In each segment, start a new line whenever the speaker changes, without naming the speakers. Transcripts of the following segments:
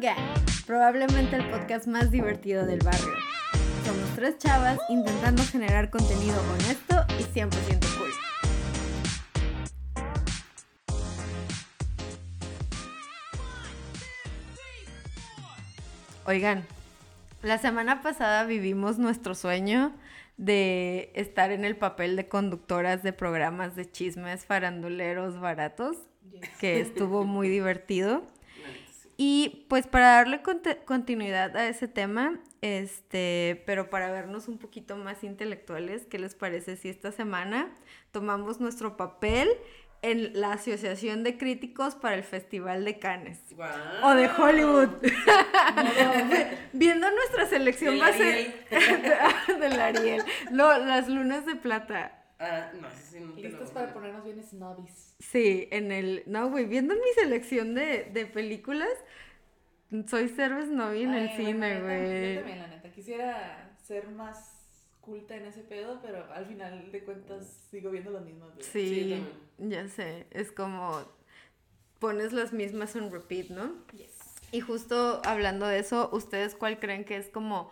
Gang, probablemente el podcast más divertido del barrio. Somos tres chavas intentando generar contenido honesto y 100% cool. Oigan, la semana pasada vivimos nuestro sueño de estar en el papel de conductoras de programas de chismes faranduleros baratos, que estuvo muy divertido. Y pues para darle continuidad a ese tema, este, pero para vernos un poquito más intelectuales, ¿qué les parece si esta semana tomamos nuestro papel en la Asociación de Críticos para el Festival de Cannes
Wow.
o de Hollywood? Viendo nuestra selección
Del
va a ser del Ariel, no, las lunas de plata.
Ah, no, ese sí no te lo-
Listos para ponernos bien snobbies.
Sí, en el. No, güey, viendo mi selección de, de películas, soy cero snoby en el
Ay,
cine,
la neta, Yo
güey.
también, la neta. Quisiera ser más culta en ese pedo, pero al final de cuentas sigo viendo los mismos. videos.
Sí,
Sí,
también.
ya sé. Es como. Pones las mismas en repeat, ¿no?
Yes.
Y justo hablando de eso, ¿ustedes cuál creen que es como.?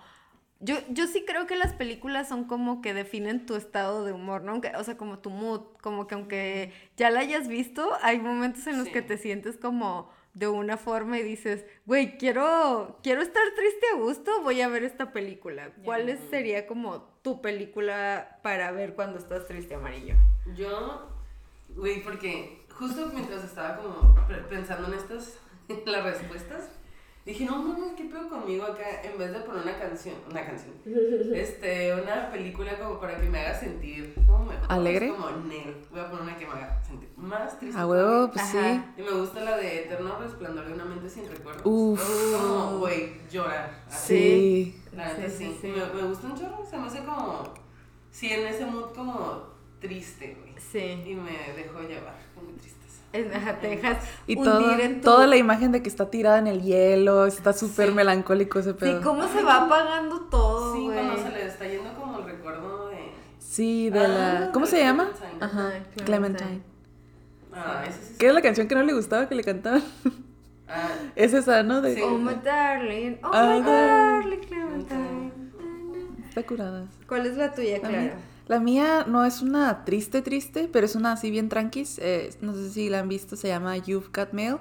Yo, yo sí creo que las películas son como que definen tu estado de humor, ¿no? Aunque, o sea, como tu mood, como que aunque ya la hayas visto, hay momentos en los
Sí.
que te sientes como de una forma y dices, güey, quiero, quiero estar triste a gusto, voy a ver esta película. ¿Cuál es- sería como tu película para ver cuando estás triste amarillo?
Yo, güey, porque justo mientras estaba como pre- pensando en estas, en las respuestas, dije, no mames, ¿qué pedo conmigo acá? En vez de poner una canción, una canción, este, una película como para que me haga sentir como mejor.
¿Alegre?
Es como negro. Voy a poner una que me haga sentir más triste.
A huevo,
todavía.
pues sí.
Ajá.
Y me gusta la de Eterno Resplandor de una mente sin recuerdos.
Uf.
Es Como, güey, llorar. así.
Sí.
Sí.
La neta
Sí,
sí.
sí, sí.
Me, me gusta un chorro. Se me hace como. Sí, en ese mood como triste, güey.
Sí.
Y me dejó llevar con mi tristeza.
En- Ajá, te dejas
Y
hundir
todo,
en tu-
toda la imagen de que está tirada en el hielo, está súper
Sí.
melancólico ese
Sí,
pedo.
cómo se va apagando todo,
sí,
Oh, güey.
cuando se le está yendo como el recuerdo de.
Sí, de
Ah,
la... ¿Cómo se llama?
Clementine.
Ajá,
Ay, Clementine.
Clementine.
Ah, ese sí.
¿Qué era la canción que no le gustaba que le cantaban?
Ah,
Es esa, ¿no? De...
Sí.
Oh my darling, oh
Ah,
my darling
darling.
Clementine.
Está curada.
¿Cuál es la tuya,
La
Clara?
mía, la mía no es una triste triste, pero es una así bien tranquis. eh, no sé si la han visto, se llama You've Got Mail.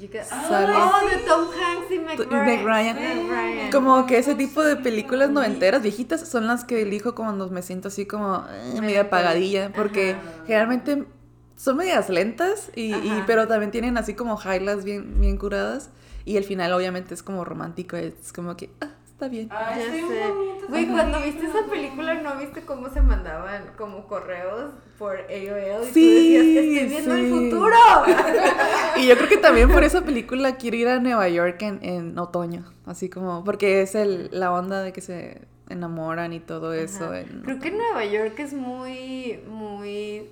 You got-
ah,
Sale-
Oh, de Tom Hanks y Meg
To- y
Ryan.
Meg Ryan.
Meg Ryan.
Como que ese tipo de películas noventeras, viejitas, son las que elijo cuando me siento así como eh,
Medio
media apagadilla, porque
Ajá.
generalmente son medias lentas, y, y-
Ajá.
pero también tienen así como highlights bien, bien curadas, y el final obviamente es como romántico, es como que, ah, está bien.
ah,
Ya
está bien
sé.
bonita
Güey,
esa
cuando viste esa película, ¿no viste cómo se mandaban como correos por AOL? Y
Sí,
tú decías, estoy viendo el
sí.
futuro.
Y yo creo que también por esa película quiero ir a Nueva York en, en otoño, así como, porque es el, la onda de que se enamoran y todo eso.
Ajá.
en
Creo que
otoño.
Nueva York es muy, muy,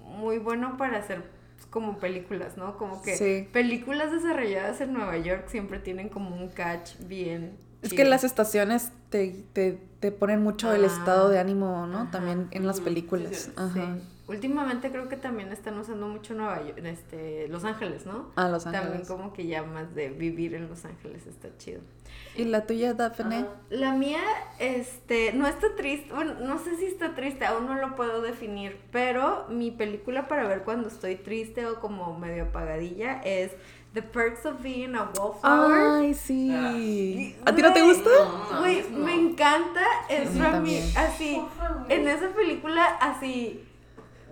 muy bueno para hacer como películas, ¿no? Como que
Sí.
películas desarrolladas en Nueva York siempre tienen como un catch bien.
Es
chido.
que las estaciones te, te, te ponen mucho el
Ah,
estado de ánimo, ¿no?
ajá.
También en las
Ujú, sí,
películas.
sí,
Ajá.
Sí. Últimamente creo que también están usando mucho Nueva York, este, Los Ángeles, ¿no?
Ah, Los
También
Ángeles.
como que ya más de vivir en Los Ángeles está chido.
¿Y la tuya, Daphne?
Ajá.
La mía, este, no está triste, bueno, no sé si está triste, aún no lo puedo definir, pero mi película para ver cuando estoy triste o como medio apagadilla es The Perks of Being a Wallflower.
Ay, sí.
Ah.
¿A ti no te
Güey,
gusta?
No,
Güey,
mames, no.
me encanta, es
Sí,
para mí,
también.
así, en esa película, así,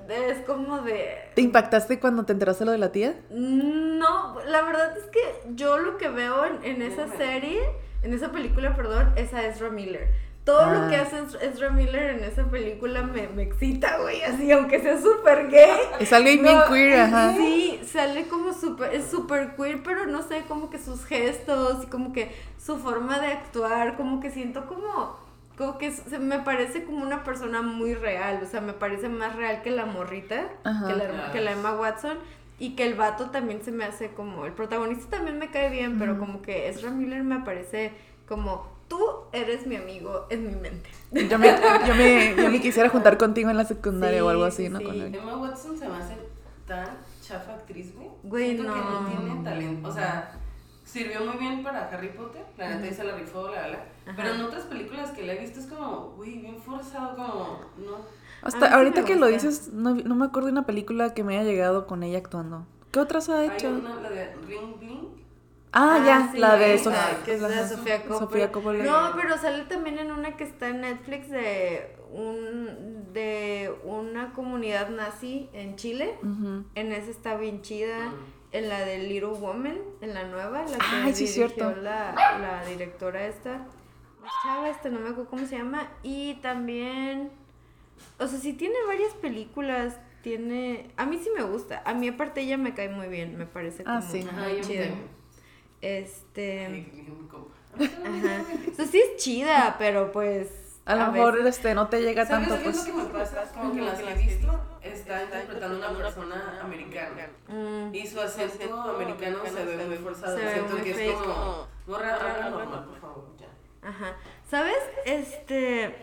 es como de...
¿Te impactaste cuando te enteraste lo de la tía?
No, la verdad es que yo lo que veo en, en esa
Ujú.
serie, en esa película, perdón, es a Ezra Miller. Todo lo
Ah.
que hace Es- Ezra Miller en esa película me, me excita, güey, así, aunque sea súper gay.
Es algo bien
No,
queer, ajá.
Sí, sale como súper, es súper queer, pero no sé, como que sus gestos y como que su forma de actuar, como que siento como, como que se me parece como una persona muy real, o sea, me parece más real que la morrita,
Ajá.
que la, que la Emma Watson. Y que el vato también se me hace como, el protagonista también me cae bien, pero como que Ezra Miller me parece como, tú eres mi amigo en mi mente.
Yo me, yo me, yo me quisiera juntar contigo en la secundaria
Sí,
o algo
sí,
así, ¿no?
sí.
Con alguien.
Emma Watson se me hace tan chafa actriz, güey.
Güey,
Siento que
no.
no tiene talento. O sea, sirvió muy bien para Harry Potter, la neta y se la rifó, la la. Pero en otras películas que la he visto es como, güey, bien forzado, como, no.
mí sí
Hasta
me
ahorita que lo
gusta.
dices, no, vi- no me acuerdo de una película que me haya llegado con ella actuando. ¿Qué otras ha
Hay
hecho?
una, la de Ring Bling.
Ah, ya,
sí,
la de
esa,
Sofía.
que es la de
ajá,
Sofía Coppola.
Sofía Coppola.
No, pero sale también en una que está en Netflix de un de una comunidad nazi en Chile.
Ujú.
En esa está bien chida. En la de Little Woman, en la nueva, la que
Ay, sí,
dirigió
cierto.
La, la directora esta. La chava esta, no me acuerdo cómo se llama. Y también, o sea, sí tiene varias películas. Tiene, a mí sí me gusta. A mí aparte ella me cae muy bien, me parece
Ah,
como
sí.
muy
Ajá, yo me
chida.
tengo.
Este...
Ay, que mi compa.
Ajá. O sea, sí es chida, pero pues.
A lo
veces-
mejor este, no te llega
¿Sabes
tanto,
qué es
pues.
lo que me pasa? Como que en las que he visto, está interpretando una persona americana.
Mm,
Y su acento americano se ve muy forzado.
Se ve
Siento
muy
que es
fake.
como, borra, habla normal, por favor, ya.
ajá. ¿Sabes? Este.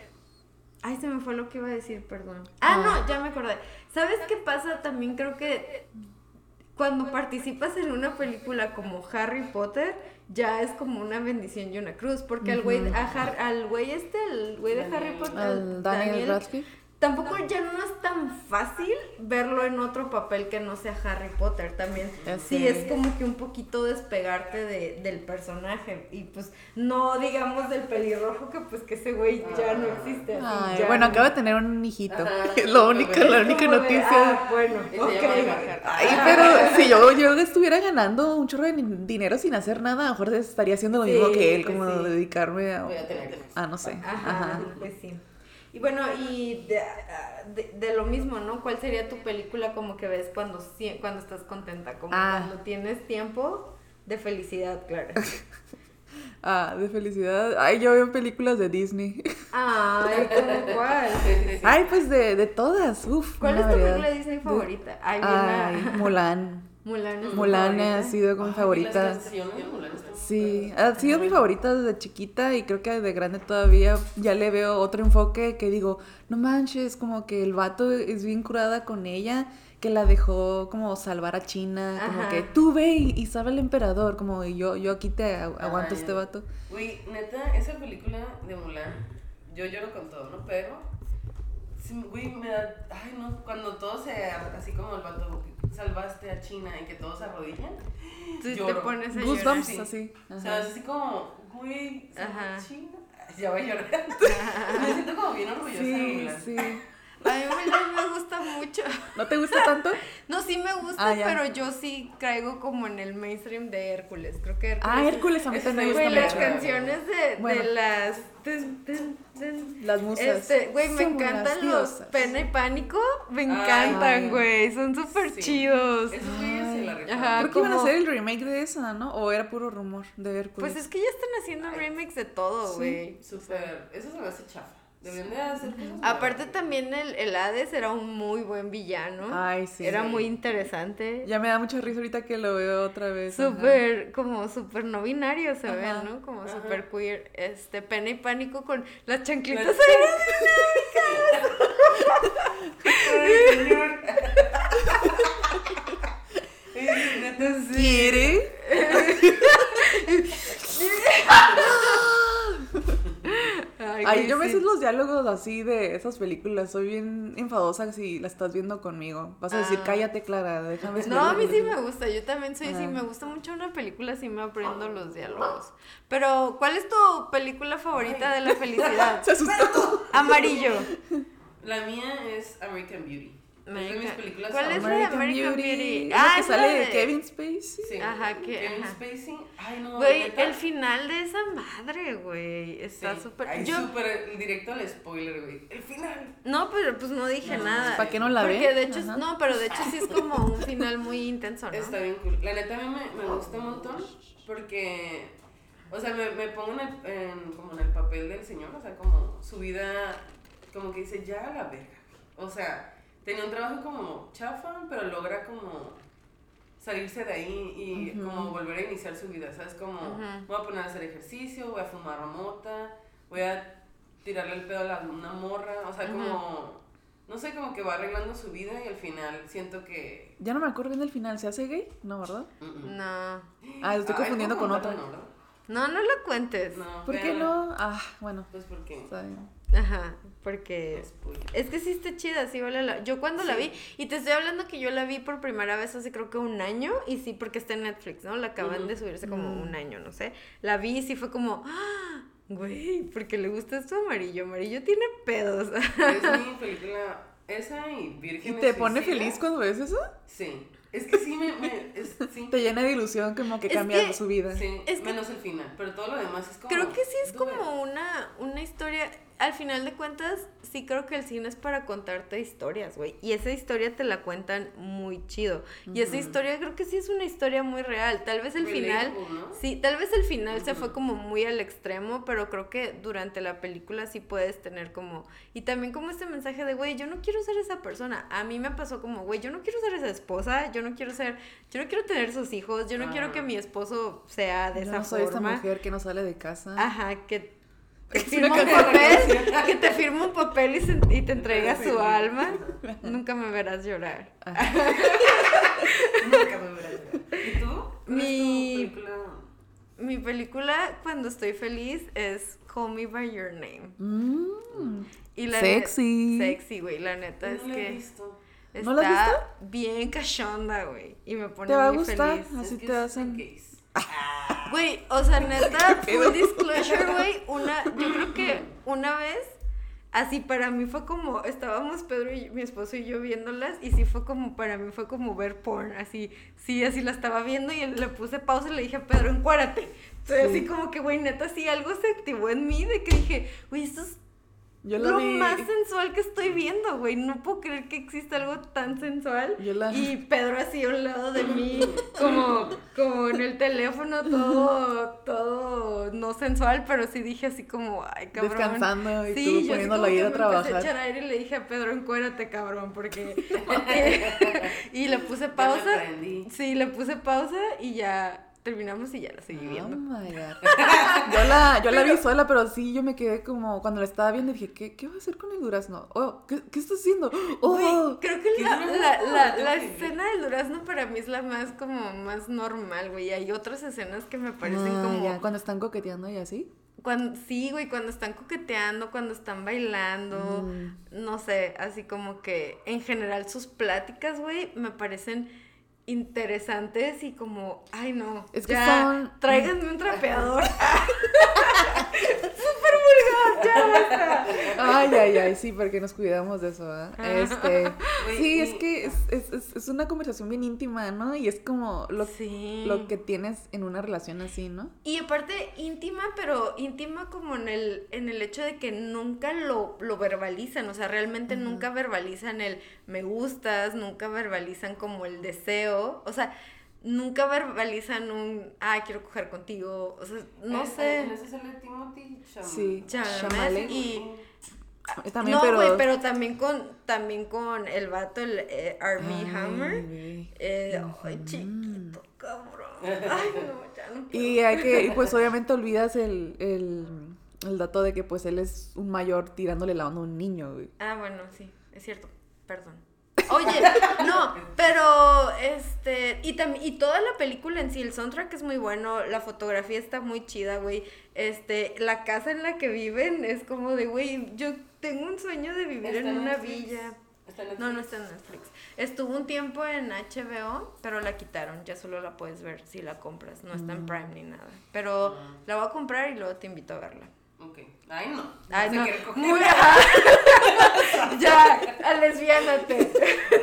Ay, se me fue lo que iba a decir, perdón. Ah, no, ya me acordé. ¿Sabes qué pasa? También creo que cuando participas en una película como Harry Potter, ya es como una bendición y una cruz. Porque al güey, a Har- al güey este, al güey de Harry
Daniel.
Potter,
Al
Daniel
Daniel Radcliffe.
Tampoco ya no es tan fácil verlo en otro papel que no sea Harry Potter también.
Ya
Sí,
sé.
es como que un poquito despegarte de, del personaje. Y pues no digamos del pelirrojo que pues que ese güey ya no existe. así,
Ay,
ya
bueno,
no.
acaba de tener un hijito.
Ajá.
lo único, la
Es
única
como de,
noticia.
ah, bueno,
Y se
ok.
llama Ivar.
Ay, pero si yo, yo estuviera ganando un chorro de ni- dinero sin hacer nada, a lo mejor estaría haciendo lo
Sí,
mismo que él,
pues
como
sí.
dedicarme a,
Voy a tener que-
a no Ah. sé.
Ajá,
Ajá.
pues sí. Y bueno, y de, ah, de- de lo mismo, ¿no? ¿Cuál sería tu película como que ves cuando, sie- cuando estás contenta? Como
Ah.
cuando tienes tiempo de felicidad, claro.
Ah, de felicidad. Ay, yo veo películas de Disney.
Ay, ¿cómo cuál?
Ay, pues de, de todas. Uf.
¿Cuál
una
es tu
variedad.
película de Disney favorita? Ay,
Ay,
bien, la-
Mulan.
Mulan. es tu
Mulan
favorita.
ha sido como mi favorita.
Las canciones de Mulan están-
Sí, ha sido mi favorita desde chiquita y creo que de grande todavía ya le veo otro enfoque que digo, no manches, como que el vato es bien curada con ella, que la dejó como salvar a China, como
Ajá.
que tú ve y, y salva al emperador, como y yo, yo aquí te agu- aguanto
Ay.
este vato.
Güey, neta, esa película de Mulan, yo lloro con todo, ¿no? Pero, sí, güey, me da. Ay, no, cuando todos se. Así como el vato, salvaste a China y que todos se arrodillan.
Sí, te
lloro.
pones a llorar.
Goosebumps,
sí.
así.
O
ajá.
sea, es así como, güey, salvó a
Ajá.
China. Ay, Ya va a llorar. me siento como bien orgullosa de
Sí,
Mulan.
sí.
A mí Mulan me gusta mucho.
¿No te gusta tanto?
No, sí me gusta,
Ah, ya.
pero yo sí caigo como en el mainstream de Hércules. Creo que Hércules.
Ah, Hércules a mí también me
Güey, las
gusta mucho.
canciones de,
Bueno.
de las. tun, tun, tun.
Las musas.
Este, güey, me
Somos las
encantan los
diosas.
Pena y Pánico. Me
Ay.
encantan, güey. Son súper
Sí.
chidos.
Esos güeyes se la rifaron.
Ajá.
Ah, Creo que iban a
como-
hacer el remake de esa, ¿no? O era puro rumor de Hércules.
Pues es que ya están haciendo remix de todo, güey.
Súper. Eso se me hace chafa. Deberían de hacer cosas.
Aparte
nuevas.
también el, el Hades era un muy buen villano.
Ay, sí.
Era muy interesante.
Ya me da mucha risa ahorita que lo veo otra
pues,
vez. ajá.
Súper, como súper no binario se ve,
Ajá,
¿no? Como
ajá.
súper queer. Este, pena y pánico con las chanclitas
Las Ay, señor. Ay, neta, sí.
¿Quiere?
Ay,
Ay,
güey,
yo me
sí.
sé los diálogos así de esas películas. Soy bien enfadosa si la estás viendo conmigo. Vas a decir,
Ah.
cállate, Clara, déjame
No, a mí sí
explicarme".
me gusta, yo también soy así,
Ah.
me gusta mucho una película, sí me aprendo los diálogos. Pero, ¿cuál es tu película favorita de la felicidad?
Se asustó.
Amarillo.
La mía es American Beauty. Es de mis
American-
películas
¿Cuál es la de
favoritas.
American Beauty.
es la
Ah,
que
es la
sale
de-
Kevin Spacey.
Sí.
Ajá, que-
Kevin
ajá.
Spacey. Ay, no.
Güey,
neta.
el final de esa madre, güey, está
Sí.
súper...
Ay,
yo-
súper directo al spoiler, güey. El final.
No, pero pues no dije nada.
¿Para qué no la ve?
Porque de hecho, es-
Ajá.
no, pero de hecho sí es como un final muy intenso, ¿no?
Está bien cool. La neta a mí me, me gusta un montón porque, o sea, me, me pongo en el, en- como en el papel del señor, o sea, como su vida, como que dice, ya a la verga. O sea, tenía un trabajo como chafa, pero logra como salirse de ahí y como volver a iniciar su vida, ¿sabes? Como
Ujú.
voy a poner a hacer ejercicio, voy a fumar mota, voy a tirarle el pedo a la, una morra, o sea, como... No sé, como que va arreglando su vida y al final siento que.
Ya no me acuerdo bien del final. ¿Se hace gay? No, ¿verdad?
Mm, mm.
No.
Ah, lo estoy
Ay,
confundiendo
¿cómo
con otra.
contarlo, no? pues
No, no lo cuentes.
No,
¿Por qué
véanla.
no? Ah, bueno.
Pues porque.
Está bien.
Ajá, porque
Spoiler.
es que sí está chida, sí vale la... Yo cuando la
Sí.
vi, y te estoy hablando que yo la vi por primera vez hace creo que un año, y sí, porque está en Netflix, ¿no? La acaban
Ujú.
de subirse como
Mm.
un año, no sé. La vi y sí fue como, ¡Ah! güey, porque le gusta esto a amarillo, amarillo tiene pedos.
Es mi película. Esa y
¿Y
Virgen.
te pone feliz cuando ves eso?
Sí. Es que sí me. me- es- sí.
Te llena de ilusión como que
Es
cambia
que-
su vida.
Sí,
Es que-
menos el final, pero todo lo demás es como...
Creo que sí es
duele.
como una, una historia. Al final de cuentas, sí creo que el cine es para contarte historias, güey. Y esa historia te la cuentan muy chido. Y esa
Ujú.
historia creo que sí es una historia muy real. Tal vez el final.
Relatable, ¿no?
Sí, tal vez el final se
Ujú.
fue como muy al extremo, pero creo que durante la película sí puedes tener como... Y también como este mensaje de, güey, yo no quiero ser esa persona. A mí me pasó como, güey, yo no quiero ser esa esposa, yo no quiero ser... Yo no quiero tener sus hijos, yo no quiero
Ah.
que mi esposo sea de
Yo
esa
no soy esta
forma. Ah.
mujer que no sale de casa.
Ah.
Ajá, que te
Es
firma
una
un
canción.
papel, que te firma un papel y, se- y te entrega
Sí.
su alma. Nunca me verás llorar.
Nunca me verás llorar. ¿Y tú? ¿Cuál es
Mi-
tu película?
Mi película, cuando estoy feliz, es Call Me By Your Name.
Mm.
Y la
Sexy.
ne- Sexy, güey. La neta es
no la he
que
visto.
está
¿No la has
bien cachonda, güey. Y me pone
Te va a
muy
gustar.
feliz.
Así
Es que
Ah, te
es
hacen-
gays.
Güey, o sea, neta, full disclosure, güey. Una, yo creo que una vez, así para mí fue como, estábamos Pedro y mi esposo y yo viéndolas, y sí fue como, para mí fue como ver porn, así, sí, así la estaba viendo y le puse pausa y le dije a Pedro, encuárate. Entonces,
Sí.
así como que, güey, neta, sí, algo se activó en mí de que dije, güey, esto es
Yo la
lo
vi.
más sensual que estoy viendo, güey. No puedo creer que exista algo tan sensual.
Yo la-
Y Pedro así a un lado de mí, como, como en el teléfono, todo, todo no sensual, pero sí dije así como, ay, cabrón.
Descansando y
Sí,
tú
yo así
poniendo
como
la
que
ida a
me empecé a
trabajar.
echar aire y le dije a Pedro, encuérate, cabrón, porque... y le puse
me
pausa.
prendí.
Sí, le puse pausa y ya terminamos y ya la seguí
Oh
viendo.
my God. Yo la, yo la vi sola, pero sí, yo me quedé como cuando la estaba viendo dije, ¿qué, qué va a hacer con el durazno? Oh, ¿qué, qué está haciendo? Oh,
Güey, creo que
¿qué
la,
durazno?
la- la-
Tengo
la
que-
escena del durazno para mí es la más como más normal, güey. Hay otras escenas que me parecen
Ah,
como
ya, cuando están coqueteando y así.
cuando sí, güey, cuando están coqueteando, cuando están bailando,
Mm.
no sé, así como que en general sus pláticas, güey, me parecen interesantes y como, ay no,
Es que
ya,
son-
tráiganme un trapeador. Súper vulgar, ya basta.
Ay, ay, ay, sí, porque nos cuidamos de eso, ¿verdad?
Ah.
Este,
Güey,
sí,
y-
es que es, es- es- es una conversación bien íntima, ¿no? Y es como lo,
sí.
lo que tienes en una relación así, ¿no?
Y aparte íntima, pero íntima como en el, en el hecho de que nunca lo, lo verbalizan, o sea, realmente nunca verbalizan el me gustas, nunca verbalizan como el deseo, o sea, nunca verbalizan un, ah, quiero coger contigo, o sea, no
Eh, En
sé.
ese sale Timothy Chalamet.
Sí,
Chalamet
Chalamet.
y-
También,
no,
pero...
güey, pero también con, también con el vato, el eh, Armie
Ay,
Hammer.
güey.
Eh, ay, chiquito, cabrón. Ay, no, ya no. puedo.
Y hay que, y pues obviamente olvidas el, el, el dato de que pues él es un mayor tirándole la onda a un niño, güey.
Ah, bueno, sí, es cierto, perdón. Oye, no, pero este, y también, y toda la película en sí, el soundtrack es muy bueno, la fotografía está muy chida, güey, este, la casa en la que viven es como de, güey, yo tengo un sueño de vivir
Está
en una
Netflix.
villa.
Está en
No, no
Netflix.
está en Netflix. Estuvo un tiempo en HBO, pero la quitaron, ya solo la puedes ver si la compras, no
Mm.
está en Prime ni nada, pero
Ah.
la voy a comprar y luego te invito a verla.
Ok. Ay, no.
Ay, Ah,
Se
no.
quiere coger.
Muy ajá. ya, a lesbiánate.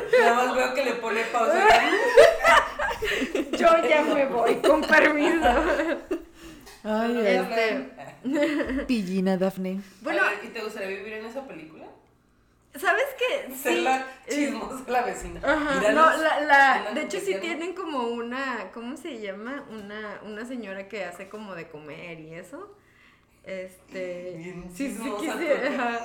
Nada más veo que le pone pausa.
Yo ya me voy, con permiso.
Ay,
No,
ay,
no,
Este-
no.
pillina, Daphne.
Bueno,
A ver, ¿Y te gustaría vivir en esa película?
¿sabes qué?
Ser
Sí.
la
eh,
chismosa, la vecina.
Ajá,
Míralos.
no, la, la,
andan
de hecho sí
coqueteando.
tienen como una, ¿cómo se llama? Una, una señora que hace como de comer y eso. Este,
Bien
sí, sí,
chismosa,
quise-
tú.
ajá.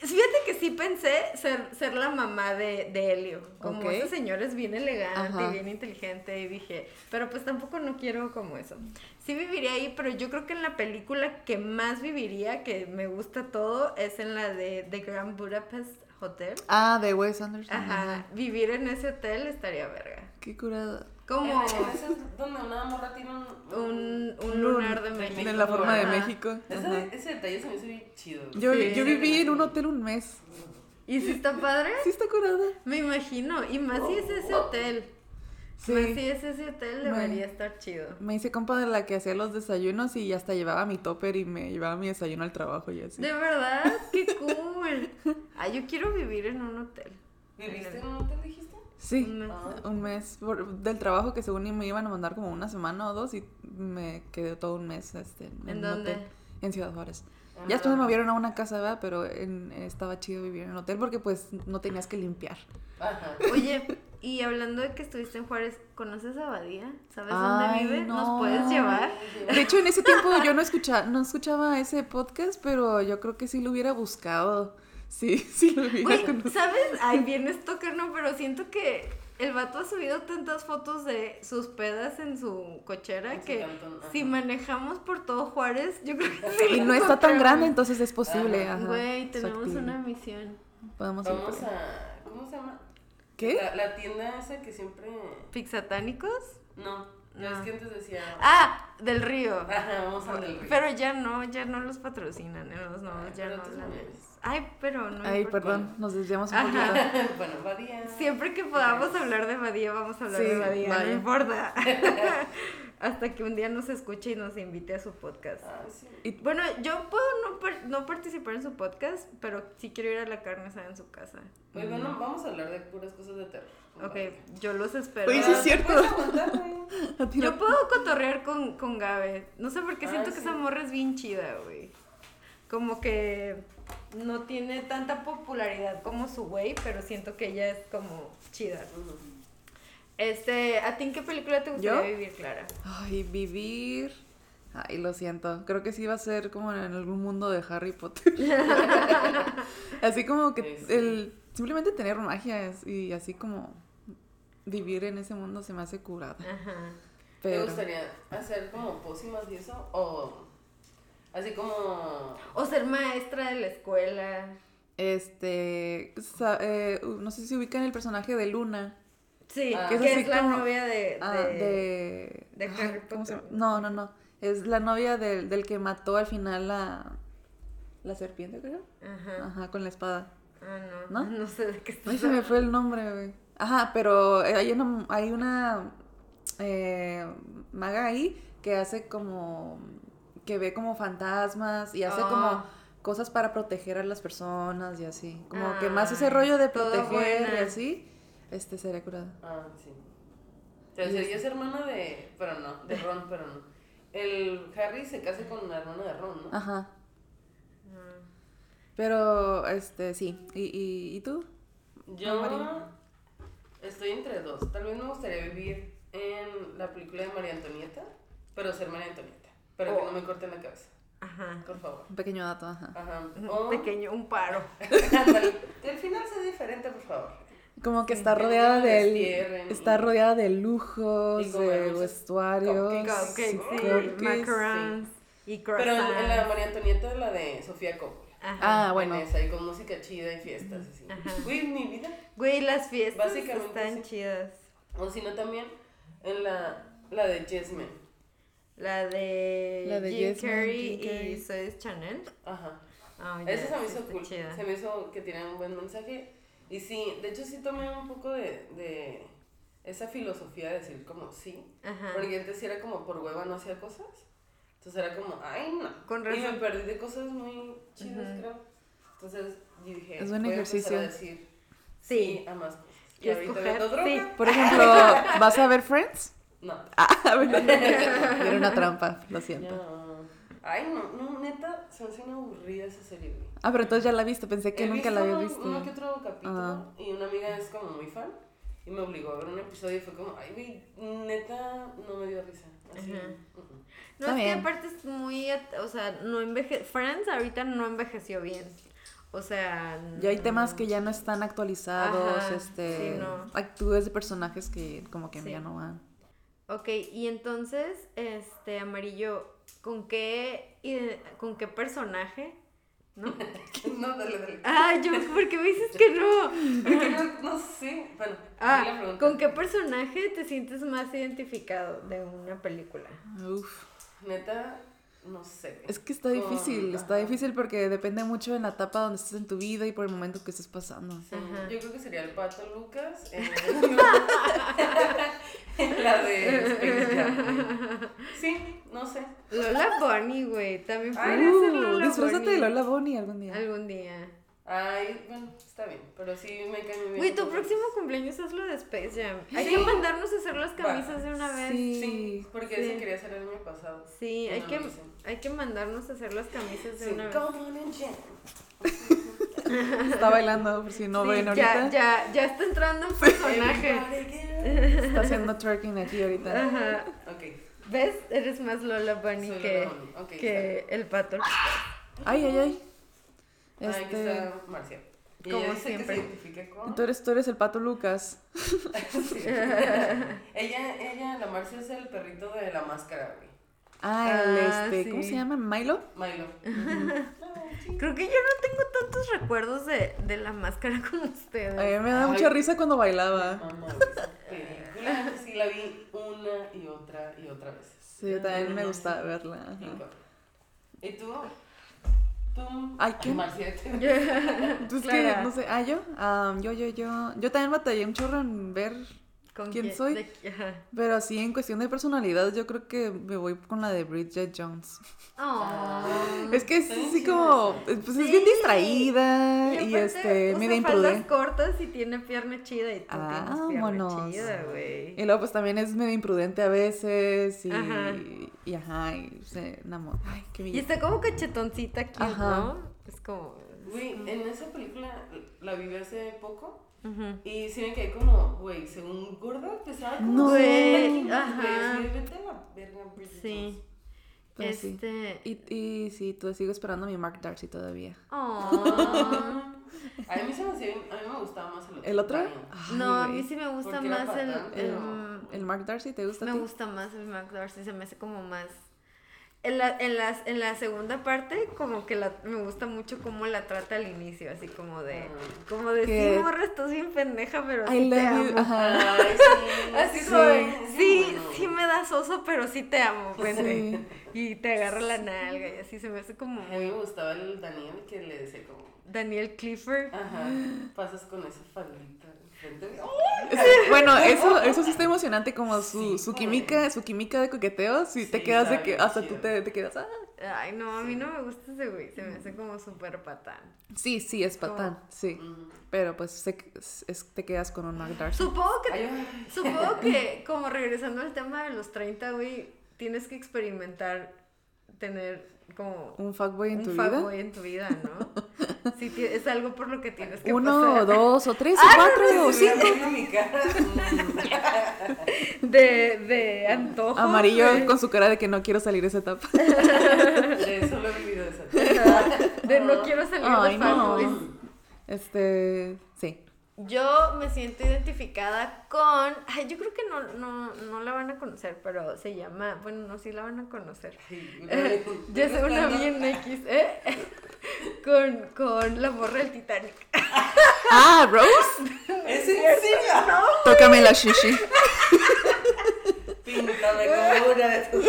Fíjate que sí pensé ser, ser la mamá de, de Helio. Como
Ok.
ese señor es bien elegante
Ajá.
y bien inteligente. Y dije, pero pues tampoco no quiero como eso. Sí viviría ahí, pero yo creo que en la película que más viviría, que me gusta todo, es en la de The Grand Budapest hotel.
Ah, de Wes Anderson.
Ajá, vivir en ese hotel estaría verga.
Qué curada.
Como
Ese es donde una morra tiene un.
un, un lunar de México.
De la forma de
Ajá.
México.
Ese,
Ajá.
ese detalle se me hizo bien chido. güey.
Yo,
Sí.
yo viví en un hotel un mes.
¿Y si está padre?
Sí está curada.
Me imagino. Y más si es ese hotel. Más si
Sí.
es ese hotel,
Me-
debería estar chido.
Me hice compa de la que hacía los desayunos y hasta llevaba mi topper y me llevaba mi desayuno al trabajo y así.
De verdad, qué cool. Ah, yo quiero vivir en un hotel.
¿Viviste en un hotel, dijiste?
Sí, Ah,
Me-
un mes por- del trabajo que según y me iban a mandar como una semana o dos y me quedé todo un mes este, en, Ah.
¿En
un
dónde?
hotel en Ciudad Juárez.
Ah.
Ya después me movieron a una casa, ¿verdad? Pero en- estaba chido vivir en un hotel porque pues no tenías que limpiar.
Ajá.
Oye, y hablando de que estuviste en Juárez, ¿conoces a Badía? ¿Sabes
Ay,
dónde vive?
no.
¿Nos puedes llevar?
De hecho, en ese tiempo yo no escuchaba, no escuchaba ese podcast, pero yo creo que sí lo hubiera buscado. Sí, sí lo hubiera
Güey,
conocido.
¿sabes? Ay, bien stalker, no, pero siento que el vato ha subido tantas fotos de sus pedas en su cochera
En su
que
cantón, ajá.
si manejamos por todo Juárez, yo creo que sí
Y
lo
no está tan
encontramos.
grande, entonces es posible. ajá,
Güey,
su
tenemos
actividad.
una misión.
Podemos ir
Vamos
por ahí.
a. ¿Cómo se llama?
¿Qué?
La, la tienda esa que siempre.
¿Pixatánicos?
No, ya
No.
es que antes decía.
Ah, del río.
Ajá, vamos a del Río. Ah,
Pero ya no, ya no los patrocinan, eh, los nuevos, ya
pero
no
otros
hablan de
medios.
ellos. Ay, pero no.
Ay,
importa.
perdón, nos desviamos un
Ajá.
poquito.
bueno, varía.
Siempre que podamos hablar de Badía, vamos a hablar
Sí,
de Badía,
vaya.
no importa. Hasta que un día nos escuche y nos invite a su podcast.
Ah, sí.
Bueno, yo puedo no, par- no participar en su podcast, pero sí quiero ir a la carne asada en su casa.
Oye, bueno, vamos a hablar de puras cosas de terror.
Mm.
Ah,
Ok, yo los espero.
Oye, sí es cierto.
¿Puedes aguantar, güey?
A ti no-
Yo puedo cotorrear con, con Gabe. No sé por qué
Ah,
siento que
sí.
esa morra es bien chida, güey. Como que no tiene tanta popularidad como su güey, pero siento que ella es como chida. Este, ¿a ti en qué película te gustaría
¿Yo?
vivir, Clara?
Ay, vivir. Ay, lo siento. Creo que sí va a ser como en algún mundo de Harry Potter. así como que
Sí, sí.
el simplemente tener magia es- y así como vivir en ese mundo se me hace curada.
Ajá.
Pero
¿Te gustaría hacer como pócimas y eso? O así como...
O ser maestra de la escuela.
este sa- eh, no sé si ubican el personaje de Luna.
Sí,
Ah.
que
Que es
es,
así
la
como-
novia de...
Ah,
de-
de
de
ay,
Harry
¿cómo se
Potter.
llama? No, no, no. Es la novia del, del que mató al final la la serpiente, creo.
Ajá.
Ajá, con la espada.
Ah, no.
¿No?
No, sé de qué
Ay,
estás
se me fue el nombre, güey. Ajá, pero hay una, hay una eh, maga ahí que hace como. que ve como fantasmas y hace
Ah.
como cosas para proteger a las personas y así. Como que más ese
Ay,
rollo de
Ah, todo
proteger y
buena.
así, este sería curado.
Ah, sí. Pero
este.
serías hermana de... Pero no, de Ron, pero no. El Harry se casa con la hermana de Ron, ¿no?
Ajá. Pero, este, sí. ¿Y, y, y tú?
Yo
María.
estoy entre dos. Tal vez me gustaría vivir en la película de María Antonieta, pero ser María Antonieta. Para que
Oh.
no me corten la cabeza,
Ajá.
por favor.
Un pequeño dato, ajá.
Ajá.
Un
Oh.
O...
Pequeño, un paro.
Ándale, que el final sea diferente, por favor.
Como que está
que no
rodeada
te
del.
destierren
Está
y-
rodeada de
y
lujos,
comer
de
muchos
vestuarios.
Cupcakes,
y
sí,
cupcakes.
macarons y
Pero en,
croissants.
en la María Antonieta, la de Sofía Coppola.
Ajá.
Ah, bueno.
En esa, y con música chida y fiestas así.
Ajá.
Güey, mi vida.
Güey, las fiestas
Básicamente
están
sí.
chidas.
O si no también en la, la de Jasmine.
La de,
La de
Jim,
Yes Man,
Carrey
Jim Carrey.
y Soy Chanel.
Ajá.
Ah, ya,
Eso se me
sí
hizo
está
cool.
chida.
Se me hizo que tiene un buen mensaje. Y sí, de hecho sí tomé un poco de, de esa filosofía de decir como sí.
Ajá.
Porque antes sí era como por hueva no hacía cosas. Entonces era como, ay no.
Con
Y me
razón.
perdí de cosas muy chidas, creo. Entonces yo dije,
Es buen
voy a
ejercicio.
empezar a decir sí,
Sí.
a más cosas.
Y
Y ahorita
escoger,
vendo droga.
sí. Ah.
Por ejemplo, ¿vas a ver Friends?
No.
A ver. Era una trampa, lo siento.
No. Ay, no, no, neta, se me hace una aburrida esa serie, güey.
Ah, pero entonces ya la viste, pensé que
He visto
nunca la había
Uno que
visto.
otro capítulo
Ah.
y una amiga es como muy fan y me obligó a ver un episodio y fue como, ay, güey, neta, no me dio risa. Así.
Ajá.
mm,
No,
Está
es
bien.
que aparte es muy. at- O sea, no enveje... Friends ahorita no envejeció bien. O sea.
Ya hay
no-
temas que ya no están actualizados,
Ajá,
este,
sí, no.
actúes de personajes que como que
Sí.
ya no van.
Ok, y entonces, este, Amarillo, ¿con qué, ide- con qué personaje ¿no?
mm. No, dale, dale.
Ay, Ah, yo, ¿por qué me dices que no?
Porque no, no sé. Bueno, ahí la
Ah,
pregunta.
¿con qué personaje te sientes más identificado de una película?
Uf.
Neta, no sé.
Es que está difícil,
Con-
está
ajá.
difícil porque depende mucho en la etapa donde estés en tu vida y por el momento que estés pasando.
Sí,
Ajá.
Yo creo que sería el pato Lucas en, en la de Space Jam, güey. Sí, no sé.
Lola Bonnie, güey. También
Ay,
podría ser
Uh,
Lola
disfrázate de
Bunny
Lola Bonnie algún día.
Algún día.
Ay, bueno, está bien, pero sí me cae muy bien.
Güey, tu próximo cumpleaños es lo de Space Jam. Hay
Sí.
que mandarnos a hacer las camisas de una vez. Sí,
Sí.
Sí, porque
Sí.
eso quería hacer el año pasado. Y
hay,
no
que,
lo hice.
hay que mandarnos a hacer las camisas de
Sí,
una vez.
come on and jam.
Está bailando, por si no
Sí,
ven
ya,
ahorita.
ya, ya está entrando en personaje.
Everybody get up.
Está haciendo twerking aquí ahorita.
Ajá.
Ok,
¿Ves? Eres más Lola Bunny
Soy
que,
Lola Bunny, ok,
que el pato.
Ay, ay, ay.
Ay, que
Este,
Ah, está Marcia. Y
Como
ella dice
siempre.
Que se identifica con...
tú eres, tú eres el pato Lucas.
Sí. ella, ella, la Marcia es el perrito de la máscara, güey.
Ah, el
Ah,
este, ¿cómo
sí.
se llama? ¿Milo?
Milo.
Creo que yo no tengo tantos recuerdos de, de la máscara como
A
ustedes.
mí me da
Ay.
mucha risa cuando bailaba.
Mamá, güey, esa película sí la vi una y otra y otra vez.
Sí, yo también me
Ay.
gustaba verla. ajá.
Cinco. ¿Y tú? ¿Tú?
Ay, ¿qué?
Marcia, te-
Entonces,
Clara.
que, no sé, ah, yo, Ah, yo, yo, yo, yo también batallé un chorro en ver,
¿Con
¿Quién
quién-
soy?
de qui- ajá.
pero así en cuestión de personalidad, yo creo que me voy con la de Bridget Jones.
Oh.
Es que es
Está bien
así
chida
como,
esa.
eh, pues es
Sí.
bien distraída y,
aparte
este,
usa
medio
faldas
imprudente.
cortas y tiene pierna chida y tú
Ah,
tienes pierna
vámonos.
chida, güey.
Y luego pues también es medio imprudente a veces y
Ajá.
y ajá, y se enamora. Ay, qué
Y
bien.
está como cachetoncita aquí,
Ajá.
¿no? Es como...
Güey, en esa película la vi hace poco
Ujú.
y sí me quedé como, güey, según gorda pesaba como
No.
60
Güey,
kilos,
ajá.
güey, sí, vete a la verga, pues, Bridget
Sí.
Pero Pues sí.
este...
Y, y sí, tú sigo esperando a mi Mark Darcy todavía.
Oh.
Jones. A mí se me hacía bien- a mí me gustaba más el otro.
¿El otro? Ah,
también.
Ay,
no, a
güey.
mí sí me gusta
Porque era
más el...
patán,
el-
pero-
¿El Mark Darcy te gusta? a
me
ti?
gusta más el Mac Darcy, se me hace como más... En la, en, las, en la segunda parte, como que la, me gusta mucho cómo la trata al inicio, así como de... Como de,
Ah. Que-
sí, morra, estás bien pendeja, pero
I
sí te
love
amo".
you. Ajá.
Ay, sí.
Así
sí.
como de, sí,
Bueno.
sí me das oso, pero sí te amo, vente.
Sí.
Y te agarra la nalga y así se me hace como
A mí
muy
me gustaba el Daniel que le decía como,
Daniel Clifford.
ajá, pasas con esa faldita enfrente de- ¡Ay!
Sí, Bueno, eso, eso sí está emocionante, como su,
Sí,
su
güey.
química, su química de coqueteo, si te
Sí,
quedas de
está
que
bien
hasta
chido.
tú te, te quedas, ah.
Ay, no, a mí no me gusta ese güey, se me hace como súper patán.
Sí, sí, es patán, sí.
Ujú.
Pero pues se- es- es- te quedas con un Mark Darcy.
Supongo que,
Ay,
supongo que, como regresando al tema de los 30, güey, tienes que experimentar tener como
Un fuckboy en
un
tu vida.
fuckboy en tu vida, ¿no? Sí, ti- es algo por lo que tienes que Ah,
Uno,
pasar.
o dos, o tres, o cuatro, o
si hubiera
cinco.
visto mi cara, mm,
De, de antojo.
Amarillo con su cara de que no quiero salir de esa etapa.
de solo he vivido esa.
De no quiero salir
Ay,
de
no.
fuckboys.
Este, sí.
Yo me siento identificada con. Ay, yo creo que no, no, no la van a conocer, pero se llama. Bueno, no, sí la van a conocer.
Ay, una
Eh,
vez-
ya sé una bien X, ¿eh? Con, con la morra del Titanic.
Ah, Rose.
Es en serio.
Tócame la shishi.
Píntame como una de tus,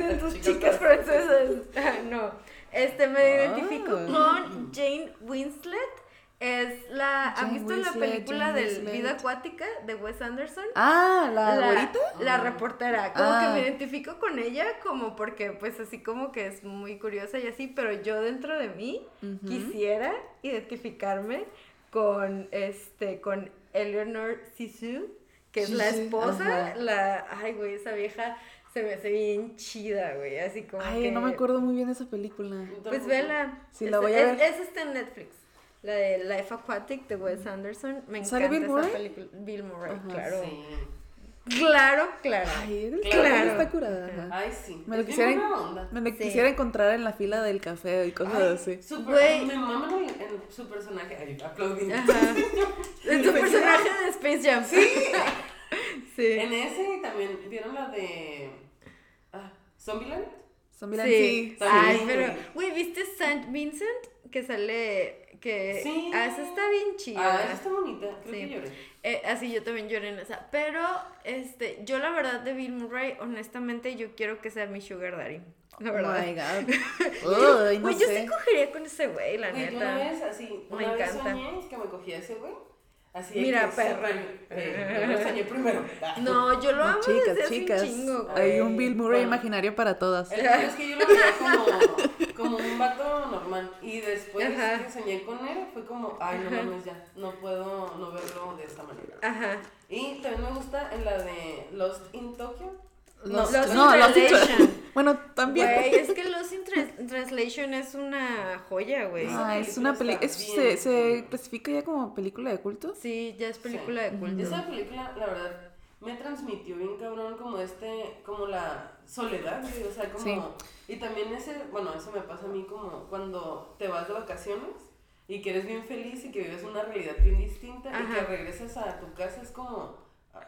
De tus chicas francesas. Ah, No. Este me
Ah.
identifico con Jane Winslet. Es la. ¿Han
Jane
visto la
Winslet,
película
Jane
de
Winslet.
Vida Acuática de Wes Anderson?
Ah, la
la,
güerita.
la reportera. Como
Ah.
que me identifico con ella, como porque, pues, así como que es muy curiosa y así, pero yo dentro de mí
Ujú.
quisiera identificarme con, este, con Eleanor Sisu, que es la
Sisu,
esposa,
ajá.
la, ay, güey, esa vieja se me hace bien chida, güey, así como
Ay,
que-
no me acuerdo muy bien de esa película.
Pues vela.
Sí, la
Es-
voy a
es-
ver.
esa está en Netflix. La de Life Aquatic de Wes Anderson. Me
¿Sale
encanta
Bill
esa
Murray?
película. Bill Murray,
Ajá,
claro.
Sí.
Claro, claro.
Ay,
Claro.
claro. Está curada. ajá.
Ay, sí.
Me lo
Es bien
quisieran-
buena onda.
Me la
Sí.
quisiera encontrar en la fila del café y cosas
Ay,
así.
súper-
Güey.
Me maman el- el- su personaje. Ay, aplaudí.
Ajá. Es
Pues
tu personaje de Space Jam. Sí. sí.
En ese también, ¿vieron la de ah, Zombieland?
Zombieland
Sí.
sí.
Ay,
Sí.
pero, güey, ¿viste St. Vincent? Que sale, que...
Sí.
Ah, esa está bien
Ah,
chida.
esa está bonita. Creo
Sí.
que lloré.
Eh, así yo también lloré en esa. Pero, este, yo la verdad de Bill Murray, honestamente, yo quiero que sea mi sugar daddy. La verdad.
Oh my god. Ay, no
Güey, yo sí
sé.
cogería con ese güey, la
Güey, yo una
neta.
vez así,
Me
una vez
encanta.
soñé que me cogía ese güey. Así de
Mira,
que
perra.
se- Eh, yo lo soñé primero. Ah.
No, yo lo amo
Chicas,
desde hace un
chicas.
chingo, güey.
Hay un Bill Murray
Bueno. Eh,
imaginario para todas.
El caso es que yo lo veía como, como un vato normal. Y después
Ajá.
que soñé con él, fue como, ay, no mames, ya. No puedo no verlo de esta manera.
Ajá.
Y también me gusta en la de Lost in Tokyo.
Los-
no,
Lost in
no, Lost in Tra-
Translation.
Bueno, también.
Güey, es que Lost in Trans- Translation es una joya, güey.
Ah.
Ah,
esa
es una
película
película.
está
¿Se,
bien
se
chingona.
clasifica ya como película de culto?
Sí, ya es película de culto.
Esa película, la verdad, me transmitió bien cabrón como este, como la soledad, güey, o sea, como...
Sí.
Y también ese, bueno, eso me pasa a mí como cuando te vas de vacaciones y que eres bien feliz y que vives una realidad bien distinta y que
Ajá.
regresas a tu casa es como, ay,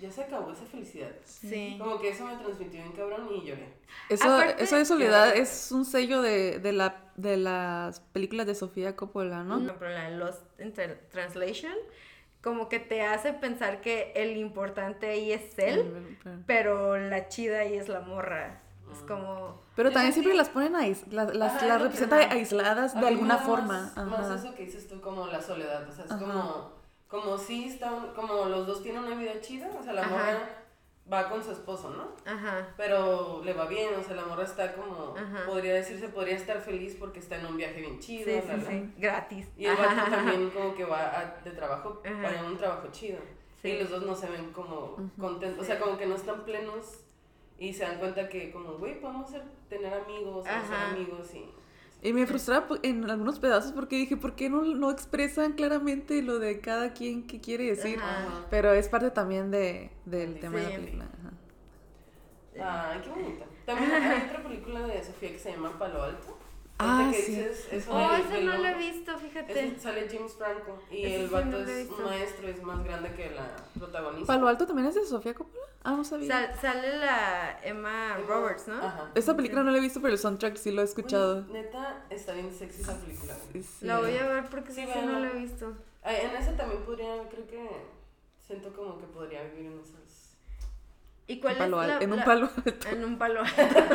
ya se acabó esa felicidad.
Sí.
Como que eso me transmitió bien cabrón y lloré.
Eso,
Aparte-
eso de soledad es un sello de, de, la, de las películas de Sofía Coppola,
Por
¿no?
ejemplo, la de Lost in Tra- Translation, como que te hace pensar que el importante ahí es
Eh,
él, pero la chida ahí es la morra. Es como...
Pero
Es
también
así.
siempre las ponen ais- las, las,
Ajá,
las
es lo que-
representa
ajá.
aisladas
A mí
de alguna
más-
forma.
Más
Ajá.
eso que dices tú, como la soledad, o sea, es
Ajá.
como, como sí están, como los dos tienen una vida chida, o sea, la
Ajá.
morra va con su esposo, ¿no?
Ajá.
Pero le va bien, o sea, la morra está como,
Ajá.
podría decirse, podría estar feliz porque está en un viaje bien
Sí, sí,
chido, bla, bla.
sí. Gratis.
Y el vato
Ajá.
también como que va a- de trabajo,
Ajá.
para un trabajo chido.
Sí.
Y los dos no se ven como contentos, o sea, como que no están plenos y se dan cuenta que como, güey, podemos ser- tener amigos, o ser
Ajá.
amigos y...
Y me frustraba po- en algunos pedazos porque dije, ¿por qué no, no expresan claramente lo de cada quien que quiere decir?
Ajá.
Pero es parte también de, del tema de la
Sí.
película. ajá.
Ay, Ah, qué bonita. También hay otra película de Sofía que se llama Palo Alto.
Ah,
Esta que
sí.
dices, eso
Oh,
del-
esa
del
no la he
lobo.
visto, fíjate.
Ese sale James Franco y
Ese
el
sí no
vato
lo he
es
visto.
un maestro, es más grande que la protagonista.
¿Palo Alto también es de Sofía Coppola? Ah, no sabía.
Sal- sale la Emma Roberts, ¿no?
Ajá.
Esta película no la he visto, pero el soundtrack sí lo he escuchado.
Güey, neta, está bien sexy esa película. güey.
Sí.
La voy a ver porque
Sí,
sí,
véanla.
no la he visto.
Ay, en esa también podría, creo que siento como que podría vivir en esas.
¿Y cuál
Palo
es
al-
la,
en un
la-
palo.
En un palo.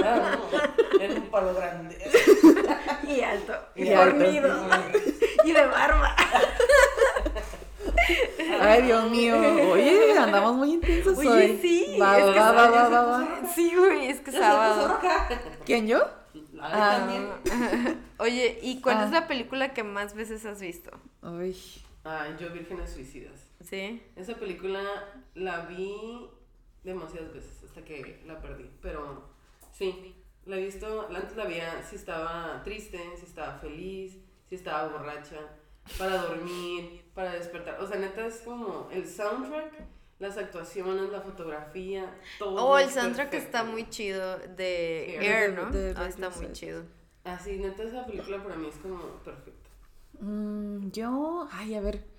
Ah, no, en un palo grande.
y alto.
Y
Y,
alto.
fornido. y de barba.
Ay, Dios mío. Oye, andamos muy intensos
Oye,
hoy.
sí,
Va,
es que
va, va,
ya
va,
se
va,
puso
va.
Sí, güey, es que sábado.
¿Quién, yo?
Ay, también.
Ah. Oye, ¿y cuál
Ah.
es la película que más veces has visto?
Uy.
Ay, yo vírgenes suicidas.
Sí.
Esa película la vi demasiadas veces hasta que la perdí, pero sí, la he visto, antes la veía si estaba triste, si estaba feliz, si estaba borracha, para dormir, para despertar, o sea, neta es como el soundtrack, las actuaciones, la fotografía, todo.
Oh, el
es
soundtrack
perfecto.
está muy chido de
Air.
Air, ¿no?
De- de
Ah, está muy
Beatles.
chido.
Así, neta esa película para mí es como perfecta.
Mm, yo, ay, a ver.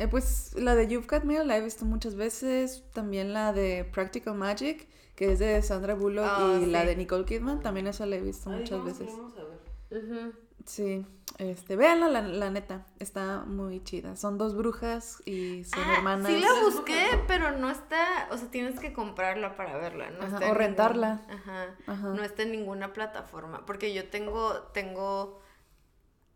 Eh, pues la de You've Got Mail la he visto muchas veces. También la de Practical Magic, que es de Sandra Bullock,
Ah,
y la
sí.
de Nicole Kidman, también esa la he visto
Ay,
muchas
vamos,
veces.
vamos a ver.
Sí, este, véanla, la, la neta, está muy chida. Son dos brujas y son
Ah,
hermanas.
sí la
Son
busqué,
hermanas.
pero no está, o sea, tienes que comprarla para verla, no
Ajá,
está en
o rentarla.
ningún- ajá,
Ajá.
No está en ninguna plataforma, porque yo tengo tengo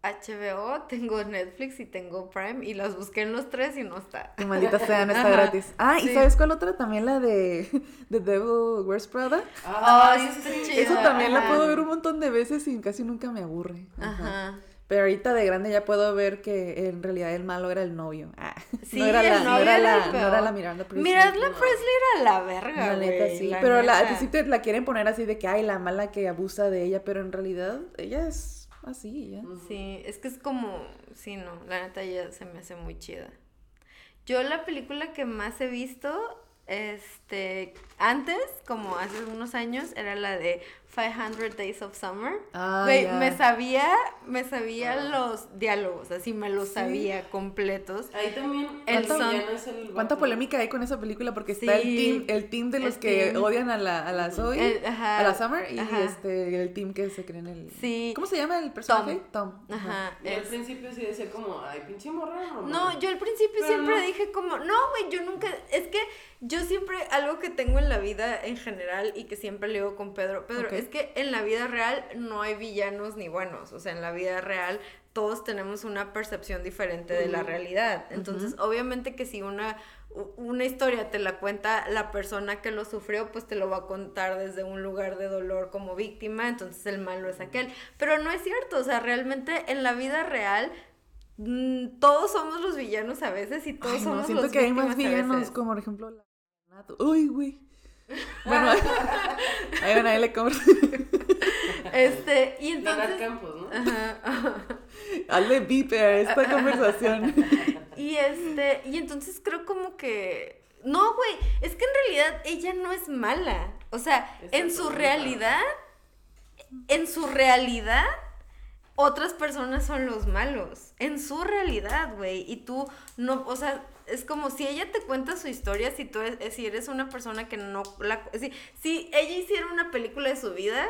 HBO, tengo Netflix y tengo Prime y las busqué en los tres y no está.
Que maldita sea, no está
Ajá,
gratis. Ah, ¿y
sí.
sabes cuál otra? También la de The Devil Wears Prada.
Ah, sí
Ay,
está
sí.
chida.
Esa también la
ajá.
puedo ver un montón de veces y casi nunca me aburre. Ajá.
Ajá.
Pero ahorita de grande ya puedo ver que en realidad el malo era el novio. Ah,
Sí,
no era la,
el
no
novio
era
era
la,
el
no
peor.
era la Miranda Priestly.
Miradla Presley era la verga,
Pues La neta
güey,
sí, pero la- al
neta.
principio la quieren poner así de que hay la mala que abusa de ella, pero en realidad ella es así, ya.
Sí, es que es como, sí, no, la neta ya se me hace muy chida. Yo la película que más he visto, este, antes, como hace unos años, era la de 500 Days of Summer.
Ah,
Güey,
ya. Ah.
me sabía, me sabía los diálogos, así me los sabía completos.
Ahí también
El
el
son-
villano es el
¿Cuánta
vato.
polémica hay con esa película? Porque está
Sí.
el team, el team de los
El
que
team.
odian a la, a la Zoe,
El- ajá,
a la Summer, y
ajá.
este el team que se creen el...
Sí.
¿Cómo se llama el personaje? Tom.
Ajá.
Yo al
es-
principio sí decía como, ay, pinche morra.
No, yo al principio
Pero
siempre
no.
dije como, no, güey, yo nunca, es que yo siempre, algo que tengo en la vida en general y que siempre le digo con Pedro, Pedro,
Ok.
es que en la vida real no hay villanos ni buenos, o sea, en la vida real todos tenemos una percepción diferente de la
Ujú.
realidad, entonces obviamente que si una... u- Una historia te la cuenta la persona que lo sufrió, pues te lo va a contar desde un lugar de dolor como víctima, entonces el malo es aquel. Pero no es cierto, o sea, realmente en la vida real Mm, todos somos los villanos a veces y todos
Ay,
somos
no, siento
los
que hay más
víctimas a
villanos,
veces.
como por ejemplo la... Uy, güey. Bueno, ahí van, ahí le compro.
Este, y
Nat
entonces
Campos, ¿no?
Ajá.
Hazle beep a esta conversación.
y este, y entonces creo como que no, güey, es que en realidad ella no es mala. O sea,
Esa
en
es
su
otra.
realidad en su realidad otras personas son los malos. En su realidad, güey. Y tú no, o sea, es como si ella te cuenta su historia, si tú eres, si eres una persona que no la... Si, si ella hiciera una película de su vida,